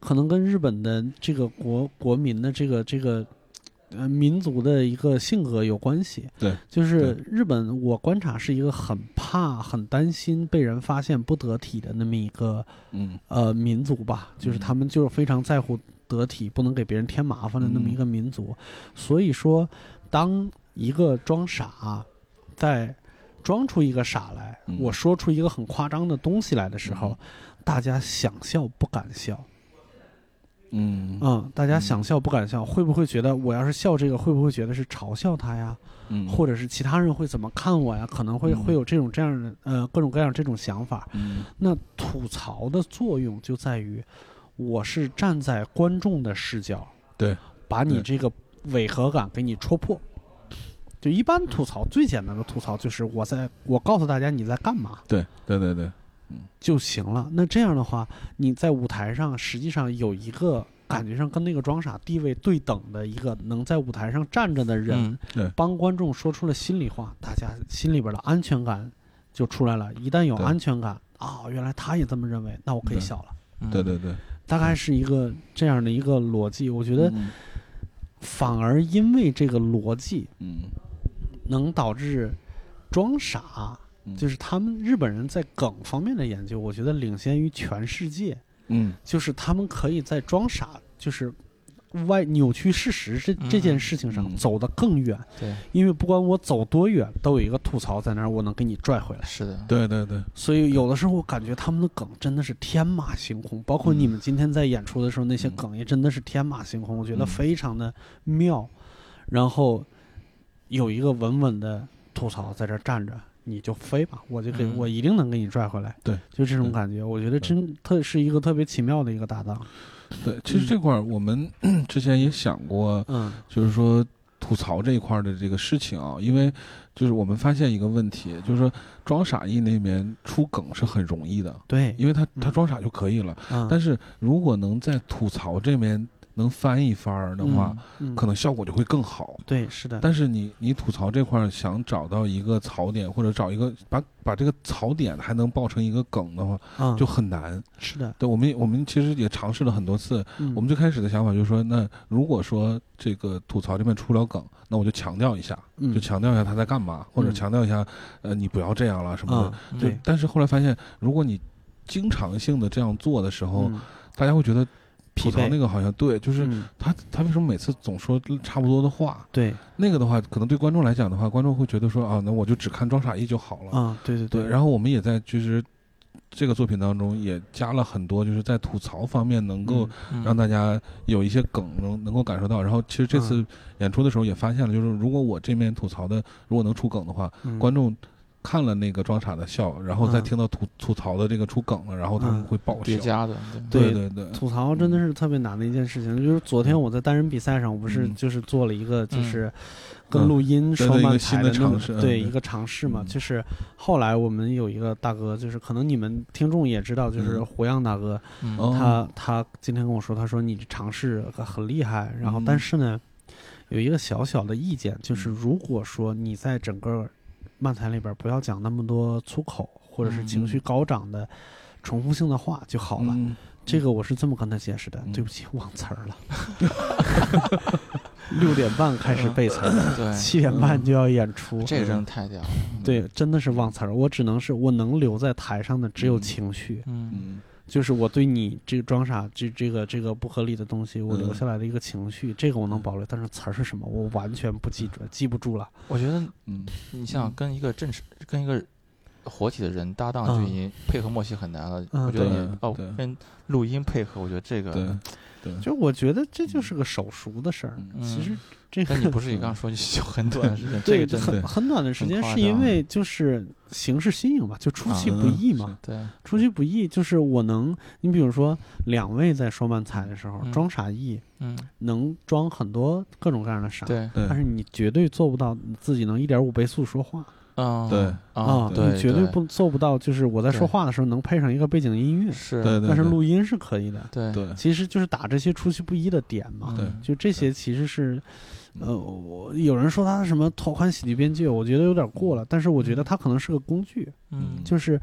可能跟日本的这个国国民的这个这个。呃，民族的一个性格有关系，
对，
就是日本，我观察是一个很怕、很担心被人发现不得体的那么一个
嗯
呃民族吧，就是他们就是非常在乎得体，不能给别人添麻烦的那么一个民族。
嗯
所以说，当一个装傻，在装出一个傻来，
嗯
我说出一个很夸张的东西来的时候，大家想笑不敢笑。
嗯
嗯，大家想笑不敢笑，会不会觉得我要是笑这个，会不会觉得是嘲笑他呀？
嗯
或者是其他人会怎么看我呀？可能会
嗯
会有这种这样的呃各种各样这种想法。
嗯
那吐槽的作用就在于，我是站在观众的视角，
对，
把你
对
这个违和感给你戳破。就一般吐槽最简单的吐槽就是我在我告诉大家你在干嘛
对对对对
就行了。那这样的话，你在舞台上实际上有一个感觉上跟那个装傻地位对等的一个能在舞台上站着的人，
嗯，
帮观众说出了心里话，大家心里边的安全感就出来了。一旦有
对
安全感啊、原来他也这么认为，那我可以
对
笑了。
嗯
对，对对，
大概是一个这样的一个逻辑，我觉得
嗯
反而因为这个逻辑
嗯
能导致装傻，
嗯
就是他们日本人在梗方面的研究，我觉得领先于全世界，
嗯
就是他们可以在装傻，就是歪扭曲事实这这件
嗯
事情上
嗯
走得更远，
对，
因为不管我走多远，都有一个吐槽在那儿，我能给你拽回来。
是的，
对对对，
所以有的时候我感觉他们的梗真的是天马行空，包括你们今天在演出的时候那些梗也真的是天马行
嗯
空，我觉得非常的妙。然后有一个稳稳的吐槽在这儿站着，你就飞吧，我就给、
嗯
我一定能给你拽回来。
对，
就这种感觉，我觉得真特是一个特别奇妙的一个搭档。
对，其实这块儿我们 之前也想过，
嗯
就是说吐槽这一块儿的这个事情啊，因为就是我们发现一个问题，就是说装傻艺那边出梗是很容易的，
对，
因为他
嗯
他装傻就可以了。
嗯、
但是如果能在吐槽这边能翻一番儿的话，
嗯
可能效果就会更好。
对是的，
但是你你吐槽这块儿想找到一个槽点，或者找一个把把这个槽点还能爆成一个梗的话，
嗯
就很难。
是的，
对我们我们其实也尝试了很多次，
嗯
我们最开始的想法就是说，那如果说这个吐槽这边出不了梗，那我就强调一下，
嗯
就强调一下他在干嘛，或者
嗯
强调一下，呃，你不要这样了什么
嗯
的。
嗯
对，
但是后来发现，如果你经常性的这样做的时候，
嗯
大家会觉得吐槽
疲惫
那个好像对，就是
嗯
他他为什么每次总说差不多的话？
对
那个的话，可能对观众来讲的话，观众会觉得说啊，那我就只看装傻一就好了。
啊对对
对，然后我们也在就是这个作品当中也加了很多，就是在吐槽方面能够、
嗯
让大家有一些梗能能够感受到。然后其实这
嗯
次演出的时候也发现了，就是如果我这面吐槽的如果能出梗的话，
嗯
观众看了那个装傻的笑，然后再
嗯
听到吐吐槽的这个出梗了，然后他们
嗯
会爆
叠
笑。
加的，
对
对对对，
吐槽真的是特别难的一件事情，就是昨天我在单人比赛上，我不是
嗯
就是做了一个就是跟
嗯
录音
对对
双
一
慢
个
台
新的
那么
尝试嗯
对
对
一个尝试嘛，
嗯
就是后来我们有一个大哥，就是可能你们听众也知道，就是
嗯
胡杨大哥，
嗯
哦
他他今天跟我说，他说你尝试很厉害，然后
嗯
但是呢，有一个小小的意见，就是如果说你在整个漫才里边不要讲那么多粗口或者是情绪高涨的重复性的话就好了。
嗯嗯
这个我是这么跟他解释的，
嗯
对不起，忘词儿了。 六点半开始背词
嗯
儿，
对，
七点半就要演出。
这个真的太屌了，
对，真的是忘词儿。我只能是我能留在台上的只有
嗯
情绪，
嗯
嗯
就是我对你这个装傻这这个这个不合理的东西，我
嗯
留下来的一个情绪，这个我能保留。但是词儿是什么，我完全不记住，记不住了。
我觉得
嗯，
你想跟一个正式跟一个活体的人搭档
嗯
就已经配合默契很难了，
嗯
我觉得
对
你哦
对
跟录音配合，我觉得这个
对对，
就我觉得这就是个手熟的事儿。
嗯
嗯
其实这个嗯
但你不是你刚刚说你就很短的时间，这
对
个真的
很很短的时间，
很夸
是因
张啊
为就是形式新颖嘛，就出其不
嗯
意嘛。
对，
出其不意，就是我能，你比如说两位在说漫才的时候、
嗯
装傻意，
嗯，
能装很多各种各样的傻，
对，
对
但是你绝对做不到自己能一点五倍速说话
嗯，
对
啊，对，
你绝对不做不到，就是我在
对
说话的时候能配上一个背景音乐，
是，
对对，
但是
对嗯
录嗯音是可以的，
对
对
其实就是打这些出其不意的点嘛，
对嗯
嗯
就这些其实是，呃，我有人说他什么拓宽喜剧边界，我觉得有点过了，但是我
嗯
觉得他可能是个工具，
嗯，
就是。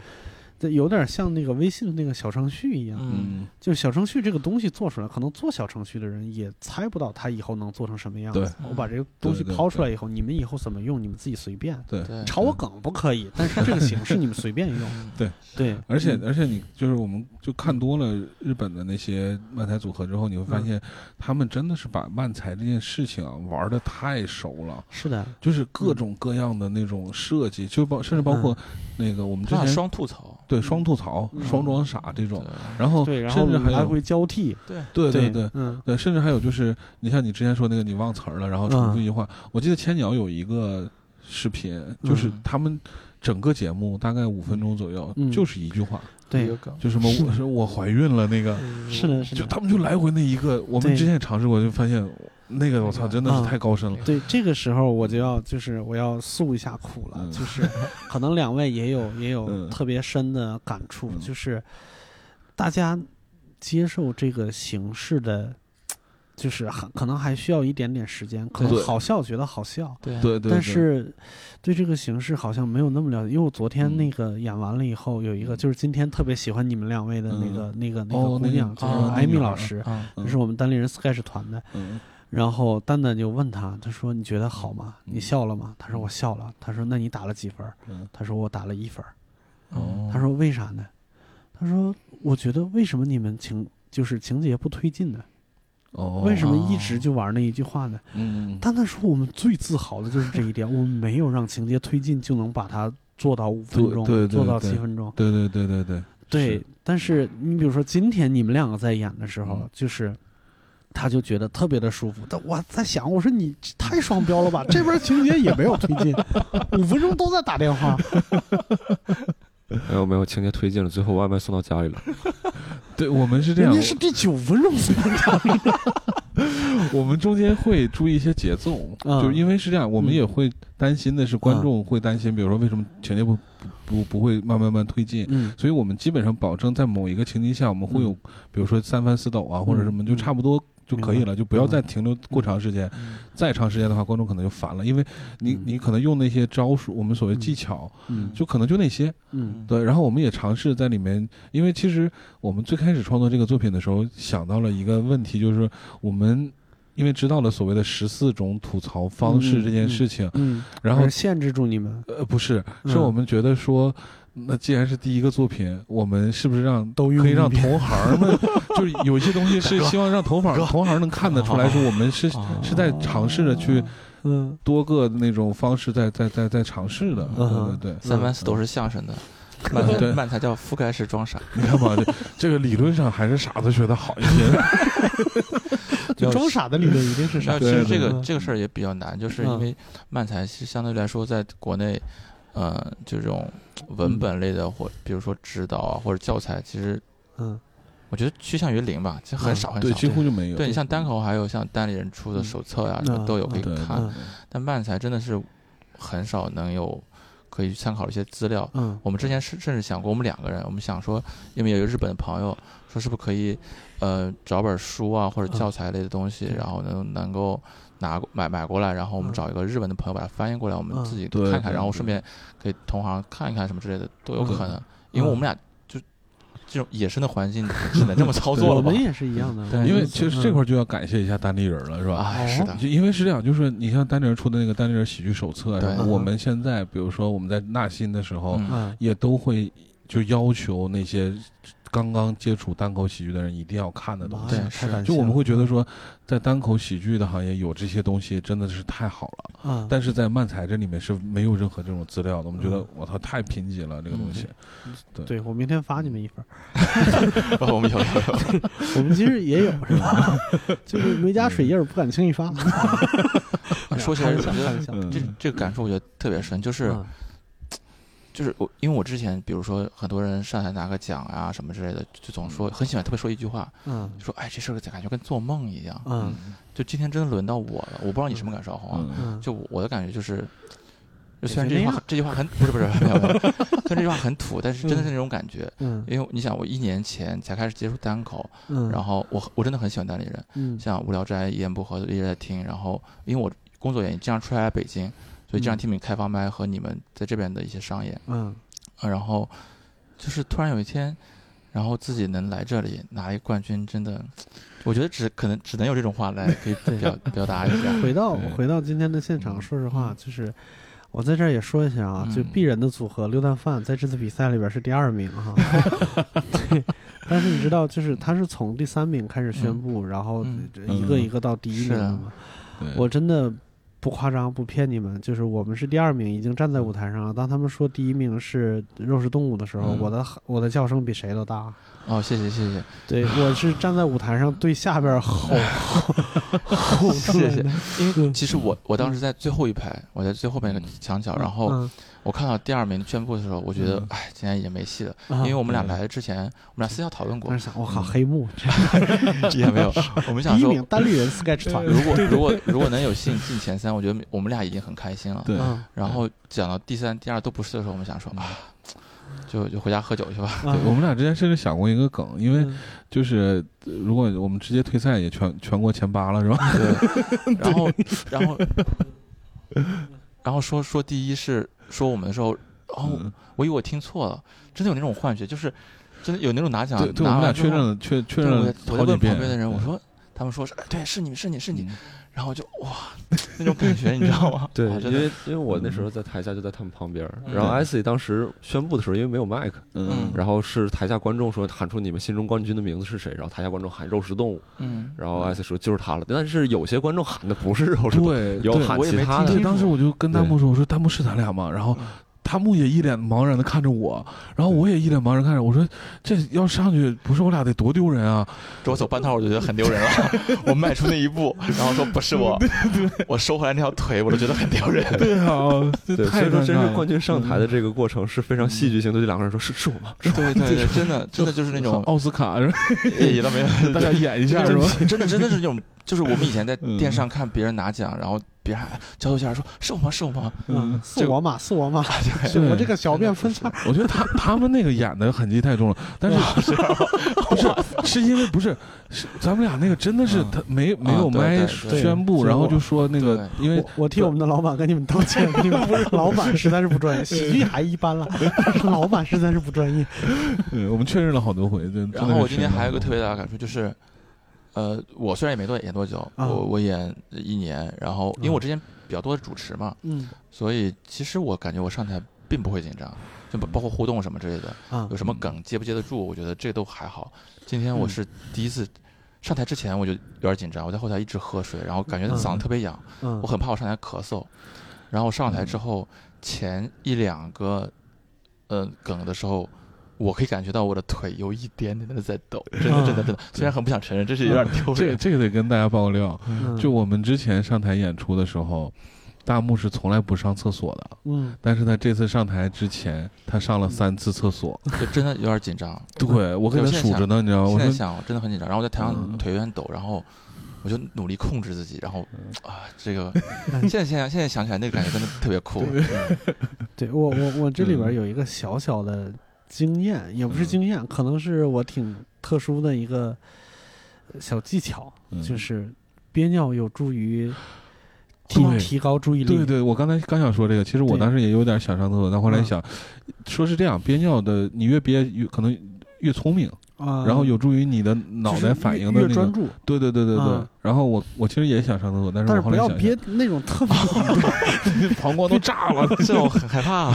这有点像那个微信的那个小程序一样，
嗯
嗯
就小程序这个东西做出来，可能做小程序的人也猜不到它以后能做成什么样子
对。
我把这个东西
对对
抛出来以后，你们以后怎么用，你们自己随便。
对。
对，
炒我梗不可以，但是这个形式你们随便 用。
嗯
对
对，
而且
嗯
而且你就是我们就看多了日本的那些漫才组合之后，你会
嗯
发现他们真的是把漫才这件事情啊玩的太熟了，
是的，
就是各
嗯
种各样的那种设计，就包甚至包括那个我们之
他俩
前
双吐槽
对双吐槽
嗯、
双装傻这
对
种，然后
对，然后
哦甚至还
来
有
回交替。
对，
对对
对
对，。
嗯
对，甚至还有就是，你像你之前说那个，你忘词儿了，然后重
嗯
复一句话。我记得千鸟有一个视频，就是
嗯
他们整个节目大概五分钟左右，
嗯
就是一句话，
一
对
个，梗，
就什么我是我怀孕了那个，
是的， 是
就
的。
他们就来回那一个，我
对
们之前也尝试过，就发现那个我操，真的是
啊
太高深
嗯
了。
对，这个时候我就要就是我要诉一下苦了，
嗯
就是可能两位也有也有
嗯
特别深的感触，
嗯
就是大家接受这个形式的，就是很可能还需要一点点时间，可能
对
好笑觉得好笑。
对
对对，
但
对
是对这个形式好像没有那么了解，因为我昨天
嗯
那个演完了以后，有一个就是今天特别喜欢你们两位的那个、那个那个
哦
姑
那个
娘，就是
哦
艾
那
米
女孩
老
儿
师，
啊，
嗯
是我们单立人 sketch 团的，
嗯
然后蛋蛋就问他，他说：“你觉得好吗？
嗯
你笑了吗？”他说：“我笑了。”他说：“那你打了几分儿
嗯？”
他说：“我打了一分儿。”
哦，
嗯他说：“为啥呢？”他说：“我觉得为什么你们情就是情节不推进呢？
哦，
为什么一直就玩那一句话呢？
嗯，
但那时候我们最自豪的就是这一点，我们没有让情节推进就能把它做到五分钟，
对对对
做到
对
七分钟。
对对对对对，
对
是，
但是你比如说今天你们两个在演的时候，
嗯
就是他就觉得特别的舒服。但我在想，我说你这太双标了吧？这边情节也没有推 进，五分钟都在打电话。
哎没有没有，情节推进了，最后外卖送到家里了。
对我们是这
人
样
家，是第九分钟才打。
我们中间会注意一些节奏，
嗯
就是因为是这样，我们
嗯
也会担心的是观众会担心，比如说为什么前节不不不会慢慢慢推进。
嗯
所以我们基本上保证在某一个情境下，我们会有，比如说三番四抖啊，或者什
嗯
么，就差不多就可以了，就不要再停留过长时间。再长时间的话，观众可能就烦了，因为你
嗯
你可能用那些招数，我们所谓技巧，
嗯
就可能就那些。
嗯
对，然后我们也尝试在里面，因为其实我们最开始创作这个作品的时候，想到了一个问题，就是我们因为知道了所谓的十四种吐槽方式这件事情，
嗯，
然后
而限制住你们
呃不是，
嗯
是我们觉得说。那既然是第一个作品，我们是不是让
都用
可以让
一遍
同行儿 们，就是有些东西是希望让同行儿同行儿能看得出 来，说我们
哦
是是在尝试着去
嗯
多个那种方式在在在在尝试的，
嗯哼
对对对。
三番四都是相声的，
嗯
慢才
对
慢才叫覆盖式装傻，
你看吧，这这个理论上还是傻子学的好一些。
就装傻的理论一定是
然
傻
后
的。
啊其实这
对对嗯
个
对
这个事儿也比较难，就是因为漫才是相对来说在国内，呃，这种文本类的或比如说指导啊或者教材，其实
嗯
我觉得趋向于零吧，其实很少很
对，
少。
几乎就没有。
对你像单口，还有像单立人出的手册呀、
嗯
什么都有
嗯
可以
对
看，
嗯
但漫才真的是很少能有可以参考一些资料。
嗯
我们之前是甚至想过，我们两个人，我们想说，因为有一个日本的朋友说，是不是可以，呃，找本书啊或者
嗯
教材类的东西，然后能能够拿过买买过来，然后我们
嗯
找一个日本的朋友把它翻译过来，我们
嗯
自己
对
看看，
对
然后
对
顺便给同行看一看什么之类的都有
嗯
可能，因为我们俩就这种野生的环 境只能这么操作
我
了吧
们？也是一样的。
对
因为其实这块儿就要感谢一下单立人了，是吧？
哎，是的，
就因为是这样，就是你像单立人出的那个《单立人喜剧手册》，
对
然后我们现在比如说我们在纳新的时候，
嗯
嗯
也都会就要求那些刚刚接触单口喜剧的人一定要看的东
妈
西。
呀
嗯对
太
是
感谢
就我们
了
会觉得说，在单口喜剧的行业有这些东西真的是太好了，
啊，
但是在漫才这里面是没有任何这种资料的。我们觉得
嗯
我操太贫瘠了这个东西。
对我明天发你们一份儿。
不哦我们有有有，
我们其实也有是 吧？就是没加水印儿不敢轻易发。
说起来
开
我觉
玩笑开
得
玩笑
嗯
这这个感受我觉得特别深，就是。
哦嗯
就是我，因为我之前，比如说很多人上台拿个奖啊什么之类的，就总说很喜欢，特别说一句话，
嗯
就说哎，这事儿感觉跟做梦一样。
嗯
就今天真的轮到我了，我不知道你什么感受，好吗？
嗯
嗯，
就我的感觉就是，就
也
虽然这
就那
句
样
话这句话很不是不是没有没 有，虽然这句话很土，但是真的是那种感觉。
嗯
因为你想，我一年前才开始接触单口，
嗯，
然后我我真的很喜欢单立人，
嗯
像《无聊斋》一言不合一直在听，然后因为我工作原因经常出差来北京，所以经常
嗯
听你们开放麦和你们在这边的一些商演。
嗯
啊，然后就是突然有一天，然后自己能来这里拿一冠军，真的，我觉得只可能只能有这种话 来可以表表达一下。
回到
对
回到今天的现场，说实话，就是我在这儿也说一下啊，
嗯
就鄙人的组合六蛋饭在这次比赛里边是第二 名哈。对，但是你知道，就是他是从第三名开始宣布，然后
嗯
一个一个到第一名
是啊的
的嘛。
对
我真的不夸张，不骗你们，就是我们是第二名，已经站
嗯
在舞台上了。当他们说第一名是肉食动物的时候，
嗯
我的我的叫声比谁都 大。
哦，谢谢谢谢，
对，我是站在舞台上对下边 吼吼出来
谢
的。嗯
因为其实我我当时在最后一排，我在最后面一个墙角，然后
嗯，
我看到第二名宣布的时候，我觉得哎，今天也没戏了，
啊
因为我们俩来之前，我们俩私下讨论过
当，时想，我靠，
嗯
黑幕，这
也没有，我们想
第一
说。
名单立人 sketch 团。
如果如果如果能有幸进前三，我觉得我们俩已经很开心了。
对
嗯，
然后讲到第三、第二都不是的时候，我们想说啊，就就回家喝酒去吧。
对，我们俩之前甚至想过一个梗，因为
嗯
就是呃如果我们直接退赛，也全全国前八了，是
哎
吧？
对，然后然后然后说说第一是说我们的时候，哦，
嗯
我以为我听错了，真的有那种幻觉，就是真的有那种拿奖
对，对，我
拿
们俩
完之
确
后
认了，确确
对
认
我
了
在我在
好几
问
遍。嗯
旁边的人，我
对嗯
说他们说是哎对，是你是你是你，，然后我就哇，那种感觉，你知 道吗？
对，
啊
因
真的
为因为我那时候在台下就在他们旁边儿，然后
嗯
S 当时宣布的时候，因为没有麦克，
嗯
然后是台下观众说喊出你们心中冠军的名字是谁，然后台下观众喊肉食动物，
嗯，
然后 S 说就是他了，但是有些观众喊的不是肉食动物，
对，
有
对
喊
我也
其
没
他
听
的
对，
清，
当时我就跟
对
弹幕说：“我说弹幕是咱俩吗？”然后
嗯
弹幕也一脸茫然的看着我，然后我也一脸茫然看着我说：“这要上去，不是我俩得多丢人啊
我走半套我就觉得很丢 人了。我迈出那一步，然后说不是我，我收回来那条腿，我都觉得很丢人。！”
对啊，这
对，所
太
以说真
尴尬
是
了
冠军上台的这个过程是非常戏剧性的，就两个人说是是我吗？
对对对，真的真的就是那种
奥斯卡，是吧
也倒没 有，
大家演一下是
真
吧
的？真的真的是那种，就是我们以前在
嗯
电视上看别人拿奖，然后别人还交头接耳说是我吗是我吗？
嗯，是我嘛，是我嘛，
对
我这个小便分叉，
我觉得他他们那个演的痕迹太重了，但是不是是因为不是是咱们俩那个真的是
嗯
他没没
啊
有
对
麦
对
对
宣布，
对
然后就说那个因为
我我替我们的老板跟你们道 歉，你们不是老板实在是不专业，喜剧还一般了，但是老板实在是不专业。
对我们确认了好多回，对
然后我今天还有一个特别大的感触就是，呃，我虽然也没多演多久，
啊
我我演一年，然后因为我之前比较多的主持嘛，
嗯
所以其实我感觉我上台并不会紧张，就包包括互动什么之类的，
啊
有什么梗接不接得住，我觉得这都还好。今天我
嗯
是第一次上台之前我就有点紧张，我在后台一直喝水，然后感觉
嗯
嗓子特别痒，
嗯
我很怕我上台咳嗽。然后上台之后前一两个呃梗的时候。我可以感觉到我的腿有一点点的在 抖，真的真的真的，虽然很不想承认，这是有点丢
这
人。
这个得跟大家爆料，
嗯
就我们之前上台演出的时候，大木是从来不上厕所的，
嗯
但是他这次上台之前，他上了三次厕所。
就真的有点紧张。
嗯
对我给他
有现
数着呢，你知道吗？
现
我
在
说
想，我真的很紧张。然后我在台
嗯
上腿有点抖，然后我就努力控制自己。然后
嗯
啊，这个 现在现在现在想起来，那个感觉真的特别 酷。
对我我我这里
嗯
边有一个小小的经验，也不是经验，可能是我挺特殊的一个小技巧，
嗯
就是憋尿有助于提
对
提高注意力。
对对，我刚才刚想说这个，其实我
对嗯
当时也有点想上厕所，但后来想，说是这样，憋尿的你越憋越可能越聪明，
啊，
然后有助于你的脑
就是
袋反应的
越越
那
专
个。
注，
对对对对对
啊。
然后我我其实也想上厕所，但是
但
我
是
后
不
来
要
想一想，
憋那种 特别。
膀胱都炸了。
这让我很害 怕。啊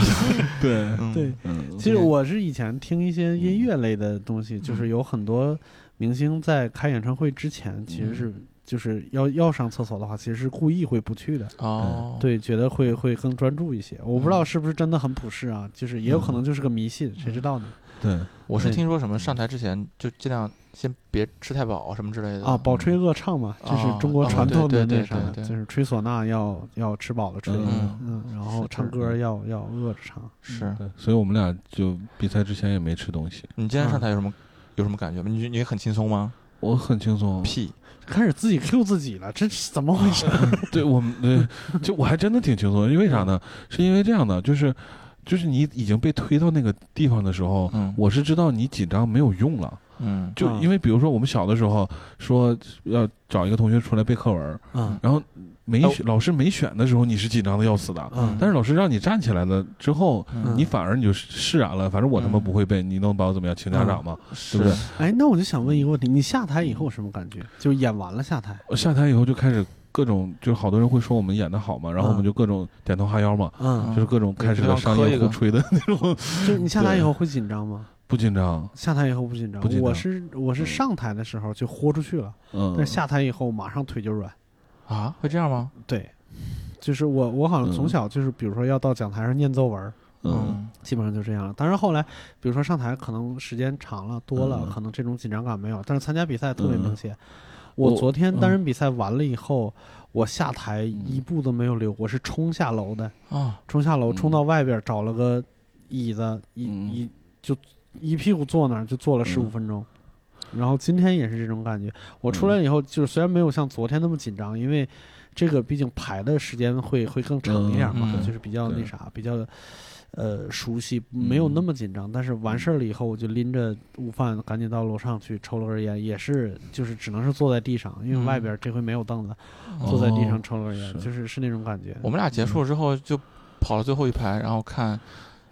对，
嗯
对，
嗯，
其实我是以前听一些音乐类的东西，就是有很多明星在开演唱会之前，其
嗯
实是就是要要上厕所的话，其实是故意会不去的。
哦，
对，觉得会会更专注一些。我不知
嗯
道是不是真的很普世啊，就是也有可能就是个迷信，谁知道呢？
对，
我是听说
嗯
什么上台之前就尽量先别吃太饱什么之类的
啊，
嗯
饱吹饿唱嘛，这是中国
哦
传
对
统的
对
那
对
啥
对，对
就是吹唢呐要要吃饱了吹，
嗯
嗯，然后
是
唱
是
歌要要饿着唱。
是
对，所以我们俩就比赛之前也没吃东西，
你今天上台有什么有什么感觉吗？
嗯
你你很轻松吗？
我很轻松。
屁，
开始自己 Q 自己了，这是怎么 回事？
对我们，对，就我还真的挺轻松的，因为啥呢？是因为这样的，就是就是你已经被推到那个地方的时候，
嗯
我是知道你紧张没有用了。
嗯
就
嗯
因为比如说我们小的时候说要找一个同学出来背课文，
嗯
然后没
哦
选老师没选的时候，你是紧张的要死的。
嗯，
但是老师让你站起来了之后，
嗯
你反而你就释然了。反正我他妈
嗯
不会背，你能把我怎么样？请家长吗？
是
对不对
哎，那我就想问一个问
嗯
题，你下台以后什么感觉？就演完了下台，
我下台以后就开始各种，就是好多人会说我们演的好嘛，然后我们
嗯
就各种点头哈腰嘛，
嗯，
就是各种开始
对
了
就
商
像
业
磕一个
互吹的那种，
就你下台以后会紧张吗？
不紧张，
下台以后不紧张
不，紧张
我是我是上台的时候就豁出去了，
嗯，
但是下台以后马上腿就软。
啊，会这样吗？
对，就是我我好像从小就是，比如说要到讲台上念奏文儿，
嗯，
基本上就这样。当然后来，比如说上台可能时间长了多了，
嗯
可能这种紧张感没有，但是参加比赛特别明显。
我
我昨天
嗯
单人比赛完了以后，我下台一步都没有溜，我是冲下楼的，
啊，
冲下楼
嗯
冲到外边找了个椅子，一
嗯
一就一屁股坐那儿，就坐了十五
嗯
分钟。然后今天也是这种感觉。我出来
嗯
以后，就是虽然没有像昨天那么紧张，因为这个毕竟排的时间会会更长一点嘛，
嗯嗯
就是比较那
对嗯
啥，比较呃熟悉，没有那么紧张。但是完事儿了以后，我就拎着午饭赶紧到楼上去抽了根烟，也是就是只能是坐在地上，因为
嗯
外边这回没有凳子，
哦
坐在地上抽了根烟，
是
就是是那种感觉。
我们俩结束了之后就跑到最后一排，然后看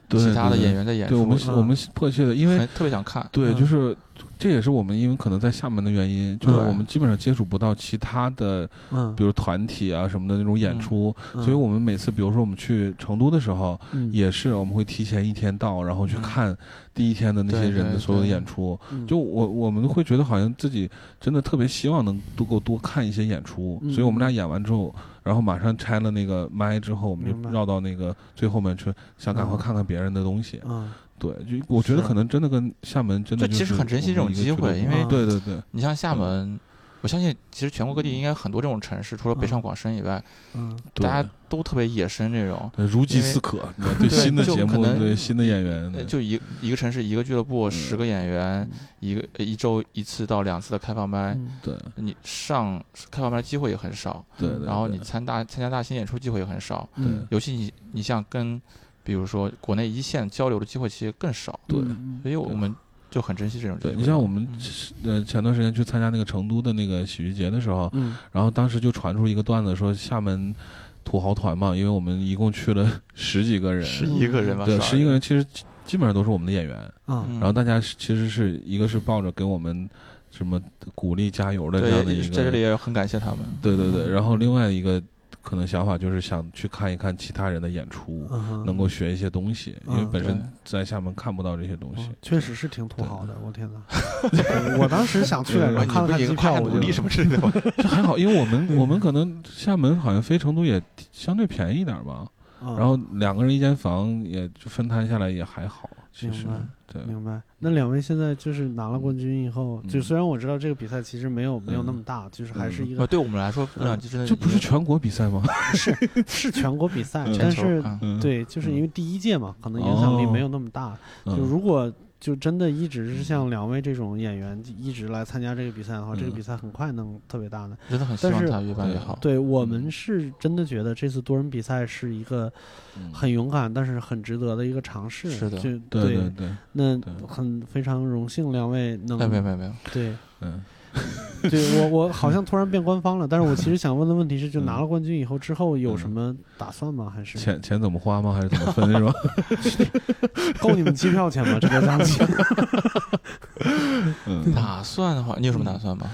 对
其他的
对
演员在演
对我
出
们，
嗯
我们迫切的，因为
很特别想看。
对，
嗯
就是这也是我们因为可能在厦门的原因，就是
对
我们基本上接触不到其他的，
嗯，
比如团体啊什么的那种演
嗯
出，
嗯
所以我们每次比如说我们去成都的时候，
嗯
也是我们会提前一天到，然后去
嗯
看第一天的那些
对
人的
对
所有的
对
演出。
嗯
就我我们会觉得好像自己真的特别希望能多够多看一些演出，
嗯
所以我们俩演完之后，然后马上拆了那个麦之后，我们
明白
就绕到那个最后面去，想赶快
嗯
看看别人的东西。
嗯
对，就我觉得
是
可能真的跟厦门真的
这其
就
实
是
很珍惜
我
这种
们一个俱乐
机会
部啊
因
为
对对对，
你像厦门，我相信其实全国各地应该很多这种城市，除了北上广深以外，
嗯
对
大家都特别野生这种。
对如饥
因为
似渴，你知道 对
对
新的
就
节
可
目，
能
对新的演员，
呃
对嗯
就一一个城市一个俱乐部，十个演员，一个呃一周一次到两次的开放
哎
麦，
嗯
对
你上开放麦机会也很少，
对对，
然后
对
你嗯参大参加大型演出机会也很少，
嗯
对
尤其你你像跟比如说国内一线交流的机会其实更少，
对
嗯
所以我们就很珍惜这种机会。
对，你像我们
嗯
呃前段时间去参加那个成都的那个喜剧节的时候，
嗯
然后当时就传出一个段子，说厦门土豪团嘛，因为我们一共去了 十几个人，
十一个人吧，
对，
十
十一个人其实基基本上都是我们的演员。
啊
嗯
然后大家是其实是一个是抱着给我们什么鼓励加油的这样的
对，
一个，嗯
在这里也很感谢他们。
对对对，然后另外一个可能想法就是想去看一看其他人的演出，
嗯哼
能够学一些东西，因
嗯
为本身
对
在厦门看不到这些东西
哦。确实是挺土豪的，我天哪！我当时想去来着，
我
看了看机票，我就
什么之类的 吗？
这还哦好，因为我们我们可能厦门好像飞成都也相对便宜一点儿吧，
嗯
然后两个人一间房也就分摊下来也还好，其实
明白
对
明白。那两位现在就是拿了冠军以后，就
嗯
虽然我知道这个比赛其实没有没有那
嗯
么大，就是还是
嗯
一
呃，
个
对我们来说，分量 就真的
这不是
已经
全国比赛 吗？
是全国比赛
嗯，
但
全球
是
嗯
嗯，
对，就是因为第一届嘛，可能影响力
哦
没有那么大。
嗯，
就如果就真的一直是像两位这种演员一直来参加这个比赛的话，这个
嗯
比赛很快能特别大的。
真的很希
但
望
是
它越办越好。
对我
嗯
们是真的觉得这次多人比赛是一个
嗯
很勇敢，但是很值得的一个尝试。
是的
就
对对对，
那
对
很非常荣幸两位能
哎，没有没有没有，
对
嗯，
对，我我好像突然变官方了，但是我 其实想问的问题是，就拿了冠军以后之后有什么打算吗？还是
嗯钱钱怎么花吗？还是怎么分是 吧？
够你们机票钱吗？这个 档期
嗯，
打算的话，你有什么打算吗？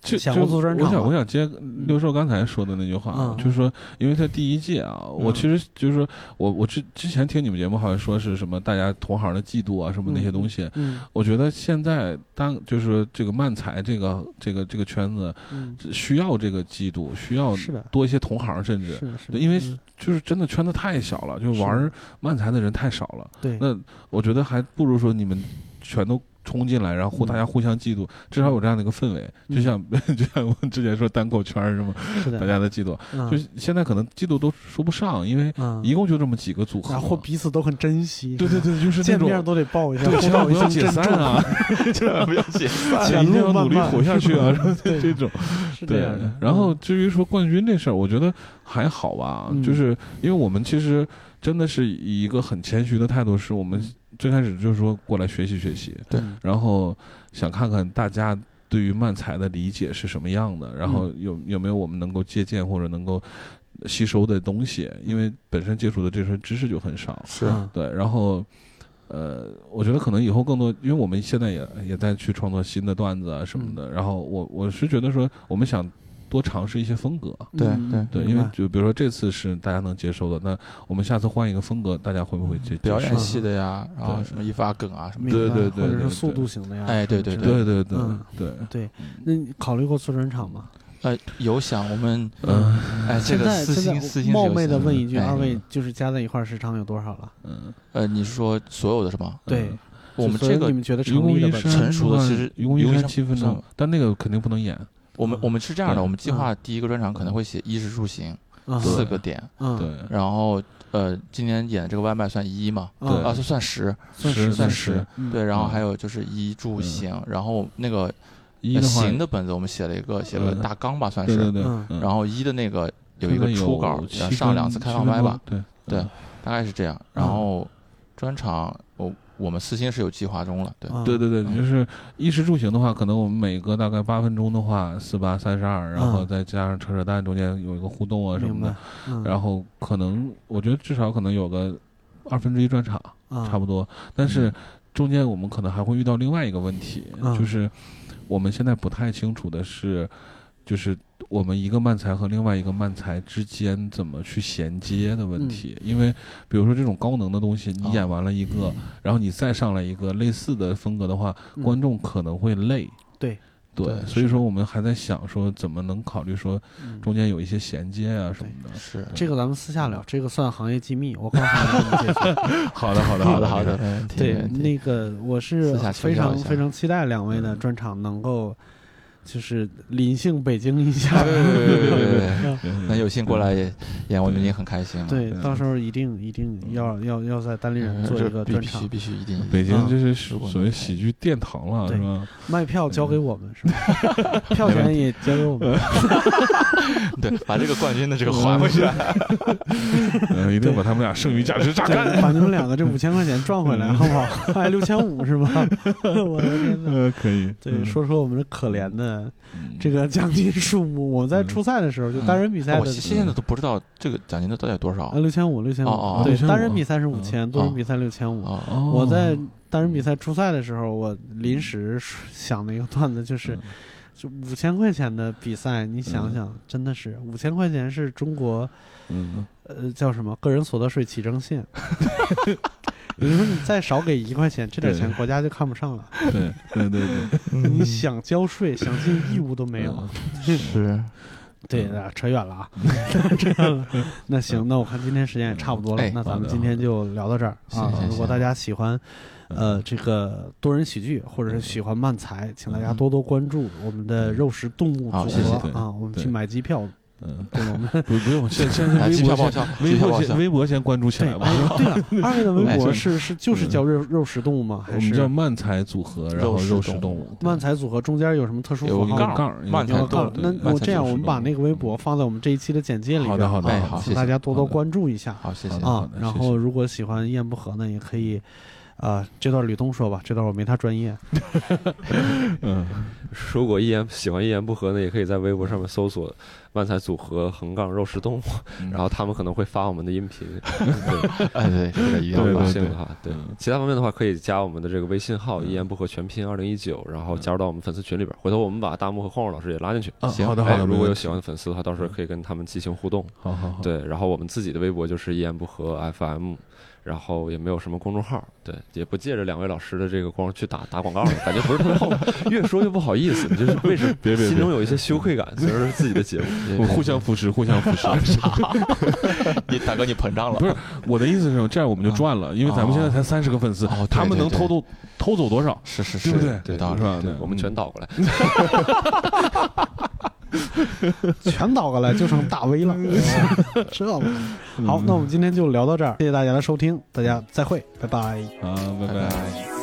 就
想
就
过做专
我
场
想
吗
我想接六兽刚才说的那句话啊
嗯，
就是说，因为他第一届啊，我其实就是说我我之之前听你们节目好像说是什么大家同行的嫉妒啊什么那些东西。
嗯
我觉得现在当就是这个漫才这个这个这个圈子
嗯，
需要这个嫉妒，需要
是的，
多一些同行，甚至
是的，是的，
对因为
嗯
就是真的圈子太小了，就是玩儿漫才的人太少了。
对，
那我觉得还不如说你们全都冲进来，然后互
嗯
大家互相嫉妒，至少有这样的一个氛围。就
嗯
像 就像我们之前说单口圈儿是吗？
是
大
的，
家的嫉妒，
嗯
就是现在可能嫉妒都说不上，因为
嗯，
一共就这么几个组合
然。后彼此都很珍惜，
对 对对，就是那
见
种
面都得抱一下，
对，
互
千万
道
不
一
要
声
解
珍
散
重，
啊，
千万不要解散。
前
一定要
路
努
漫
力
漫
活下去啊，
对
这种。
是这
对
样的，。
然后至于说冠军这事儿，我觉得还好吧，
嗯
就是因为我们其实真的是以一个很谦虚的态度，是我们最开始就是说过来学习学习，
对
嗯
然后想看看大家对于漫才的理解是什么样的，然
嗯
后有有没有我们能够借鉴或者能够吸收的东西，因为本身接触的这身知识就很少，
是
嗯
对，然后。呃，我觉得可能以后更多，因为我们现在也也在去创作新的段子啊什么
嗯
的。然后我我是觉得说，我们想多尝试一些风格，
对
嗯
对
对，
明
因为
白
就比如说这次是大家能接受的，那我们下次换一个风格，大家会不会接
嗯表
接
演
受
系的呀，然后
对
什么一发梗啊什么
明
的。
对对
白
对
或者
对
是速
对
度型的呀，
哎对
什
对
么之类的
对对对
嗯
对，
对。那你考虑过做专场吗？
呃，有想我们，
嗯
哎，这
现
个
在
私
现
心
在
私
我
心是有
冒
想
昧的
的
问一句，
哎
二位就是加在一块儿时长有多少了？
嗯，
呃，你是说所有的是吗？
对，
我们
就所以
这个
你们觉得
愚
成
公
立的
移
吧？
山
成熟的
算
其实
愚公移
愚公移
山
山
七分钟
算，
但那个肯定不能演。
我们我们是这样的，
对
我们计划第一个专场可能会写衣食住行
嗯
四个点，
嗯，
对，
然后呃，今年演的这个外卖算一嘛，
嗯
对
啊，算算十，
算
十
算
十
十，
嗯
对，然后
嗯
还有就是衣住行，然后那个
一的话，
行的本子我们写了一个，写了
嗯
个大纲吧，算
对对
是，
对，
嗯
嗯
然后一的那个有一
现在
个初稿，
七
然后
分
上两次开放麦吧，，
七分钟
对
对嗯
大概是这样，然后专场我我们私心是有计划中了，对，
嗯
对对对，
嗯
就是衣食住行的话，可能我们每个大概八分钟的话，四八三十二，然后
嗯
再加上扯扯淡，中间有一个互动啊什
明
么
白
的，，
嗯
然后可能我觉得至少可能有个二分之一专场
啊，
差不多，但是中间我们可能还会遇到另外一个问题，
嗯
就是我们现在不太清楚的是，就是我们一个漫才和另外一个漫才之间怎么去衔接的问题。
嗯
因为比如说这种高能的东西，你
哦
啊
演完了一个，然后你再上来一个类似的风格的话，
嗯
观众可能会累。
对
对
对，
所以说我们还在想说怎么能考虑说
嗯
中间有一些衔接啊什么的。
是
这个咱们私下聊，这个算行业机密，我告诉你 怎么解决。
好的，好的，
好的，
的，
好
好
的，。没问题
对
没，问题
那个我是
私下请
非
教
常
一下嗯
非常期待两位的专场能够就是临幸北京一下
哎。对对对对对 啊对，
嗯
能有幸过来也演，我们已经很开心了。
对，
嗯
到时候一定一定要要要在单立人
嗯，
做
这
一个
必
专
必须
场，
必须一定。
北京
嗯
这是
如果
属于
能
喜剧殿堂了，
对
是吧？
卖票
嗯
交给我们是吧？ 票钱也交给我们，
对，把这个冠军的这个还回去。
嗯，一定把他们俩剩余价值榨干。
对，把你们两个这五千块钱赚回
嗯
来，好不好？还六千五是吧？ 我的
嗯
天哪！
呃，可以。
对，说说我们这可怜的
嗯
这个奖金数目，我们在初赛的时候就单人比赛
嗯哦我
的
现现在都不知道这个奖金的到底有多少
嗯
啊，六千五，六千
哦
五，
哦
对，
65
单人比赛是五千，多人
哦
比赛六千五。
啊？
哦，
我在单人比赛初赛的时候，我临时
嗯
想的一个段子就是
嗯，
就五千块钱的比赛，你想想，
嗯
真的是五千块钱是中国
嗯，
呃叫什么个人所得税起 征线。你说你再少给一块钱，这点钱
对
国家就看不上了。
对对对 嗯对，
嗯
你想 交税、想尽义务都没有。
是，
对，
嗯
那扯远 了啊， 扯远了。那行，那我看今天时间也差不多了，
哎
那咱们今天就聊到这儿啊
行行。
如果
行
大家喜欢呃
嗯，
这个多人喜剧或者是喜欢漫才，请大家多多关注我们的肉食动物
好
组
谢
合
谢
啊，我们
对
去买机票。
嗯，
对，我们
不不 用，现现在
来
微
哎机
博
票报
先，
销，机
微
票报
博
销
先，。微博先关注起
对，
来吧。
哎对了， 二位的微博
哎
是是就是叫肉肉食动物吗？
我
还
们叫
是
漫才组合，然后肉
肉
食
食动
动
物
物，
漫才组合中间有什么特殊
有
符
一
号
个
吗？
杠儿，
漫才
有
有个
个
动
杠
物
杠，
那
对
我
漫才
这样，
肉
我
食
们把
动物
那个微博放在我们这一期的简介里边
好的好的
啊
哎好
请
谢
大
谢
家多多
好的
关注一下。
好，谢谢。
好
啊
的。
然
谢
后
谢
如果喜欢一言不合呢，也可以，啊、这段吕东说吧，这段我没他专业。
嗯，
如果一言喜欢一言不合呢，也可以在微博上面搜索“漫才组合横杠肉食动物”，
嗯
然后他们可能会发我们的音频。对，
哎，对，这个一定
有
对
要
高
报
对
兴的话，对
嗯
其他方面的话，可以加我们的这个微信号“一言不合全拼二零一九”，然后加入到我们粉丝群里边。回头我们把大木和晃晃老师也拉进去。
啊
行
好的
哎
好的，
如果有
没问题
喜欢的粉丝的话，到时候可以跟他们进行互动。
好好好，
对，然后我们自己的微博就是一言不合 FM，然后也没有什么公众号，对，也不借着两位老师的这个光去打打广告了，感觉不是特别好， 越说越不好意思，就是为什么
别别别嗯
心中有一些羞愧感，虽然是自己的节目，
我互相扶持，互相扶持。
你大哥，你膨胀了
不。是 我的意思是，这样我们就赚了，因为咱们现在才三十个粉丝
哦对，
他们能
对对
偷走偷走多少？
是是是，
对不对？
有道理
是。吧？
对，我们全倒过来，
全倒过来就剩大 V 了， 知道吗？好，那我们今天就聊到这儿，谢谢大家的收听，大家再会，拜拜。
啊，拜
拜
拜
拜。